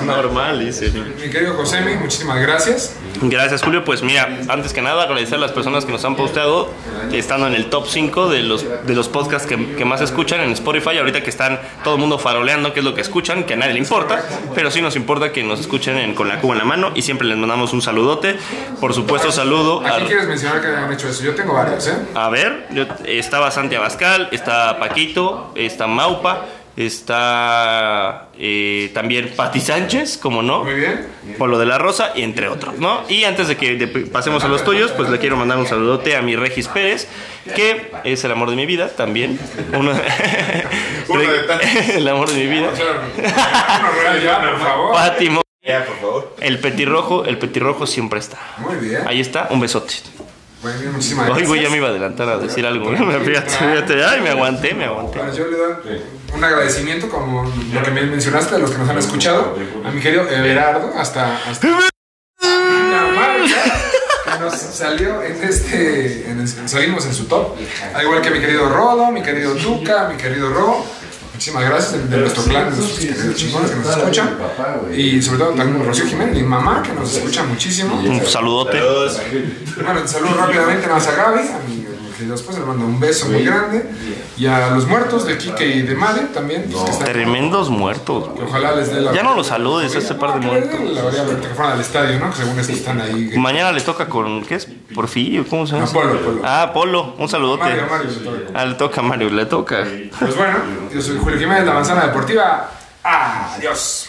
Speaker 2: Normal, dice.
Speaker 1: Mi querido Josemi, muchísimas gracias.
Speaker 2: Gracias, Julio. Pues mira, antes que nada, agradecer a las personas que nos han posteado, estando en el top 5 de los, de los podcasts que, que más escuchan en Spotify. Ahorita que están todo el mundo faroleando qué es lo que escuchan, que a nadie le importa, pero sí nos importa que nos escuchen en- con la cuba en la mano y siempre les mandamos un saludote. Por supuesto, saludo
Speaker 1: ¿A
Speaker 2: a.
Speaker 1: quién quieres mencionar que hayan hecho eso? Yo tengo varios, ¿eh?
Speaker 2: A ver, yo- estaba Santi Abascal, está Paquito, está Maupa, está eh, también Pati Sánchez, como no.
Speaker 1: Muy bien.
Speaker 2: Polo de la Rosa y entre otros, ¿no? Y antes de que de- pasemos a los tuyos, pues le quiero mandar un saludote a mi Regis Pérez, que es el amor de mi vida también. Uno,
Speaker 3: Uno de tantos.
Speaker 2: el amor de mi vida.
Speaker 1: Claro. Ya, por favor.
Speaker 2: Pati Mo-
Speaker 3: Ya, por favor.
Speaker 2: el petirrojo, el petirrojo siempre está.
Speaker 1: Muy bien.
Speaker 2: Ahí está, un besote.
Speaker 1: Muy bien, muchísimas
Speaker 2: Ay,
Speaker 1: gracias.
Speaker 2: güey, ya me iba a adelantar a decir algo. Fíjate, fíjate. Ay, me aguanté, me aguanté.
Speaker 1: Bueno, yo le doy un agradecimiento, como lo que me mencionaste, a los que nos han escuchado, a mi querido Everardo, hasta, hasta Dinamarca, que nos salió en este, en el- salimos en su top, al igual que mi querido Rodo, mi querido Tuca, mi querido Ro. Muchísimas gracias de, de nuestro clan, de nuestros queridos chingones que nos escuchan. Y sobre todo también Rocío Jiménez, mi mamá, que nos escucha muchísimo.
Speaker 2: Un saludote.
Speaker 3: Saludos.
Speaker 1: Bueno, saludo rápidamente nada más a Gaby, a mi querida esposa, le mando un beso muy grande. Y a los muertos de Quique y de Made también, pues, que están-
Speaker 2: Tremendos muertos, güey.
Speaker 1: ojalá les dé la. Ah,
Speaker 2: Ya no los saludes a este par de muertos.
Speaker 1: La habría que fueran al estadio, ¿no? Que según esto están ahí. que-
Speaker 2: Mañana les toca con, ¿qué es? Porfirio, ¿cómo se llama?
Speaker 1: No, Polo, Polo.
Speaker 2: Ah, Polo, un saludote.
Speaker 1: Mario, Mario, se toca.
Speaker 2: Ah, le toca a Mario, le toca.
Speaker 1: Pues bueno, yo soy Julio Jiménez, La Manzana Deportiva. Adiós.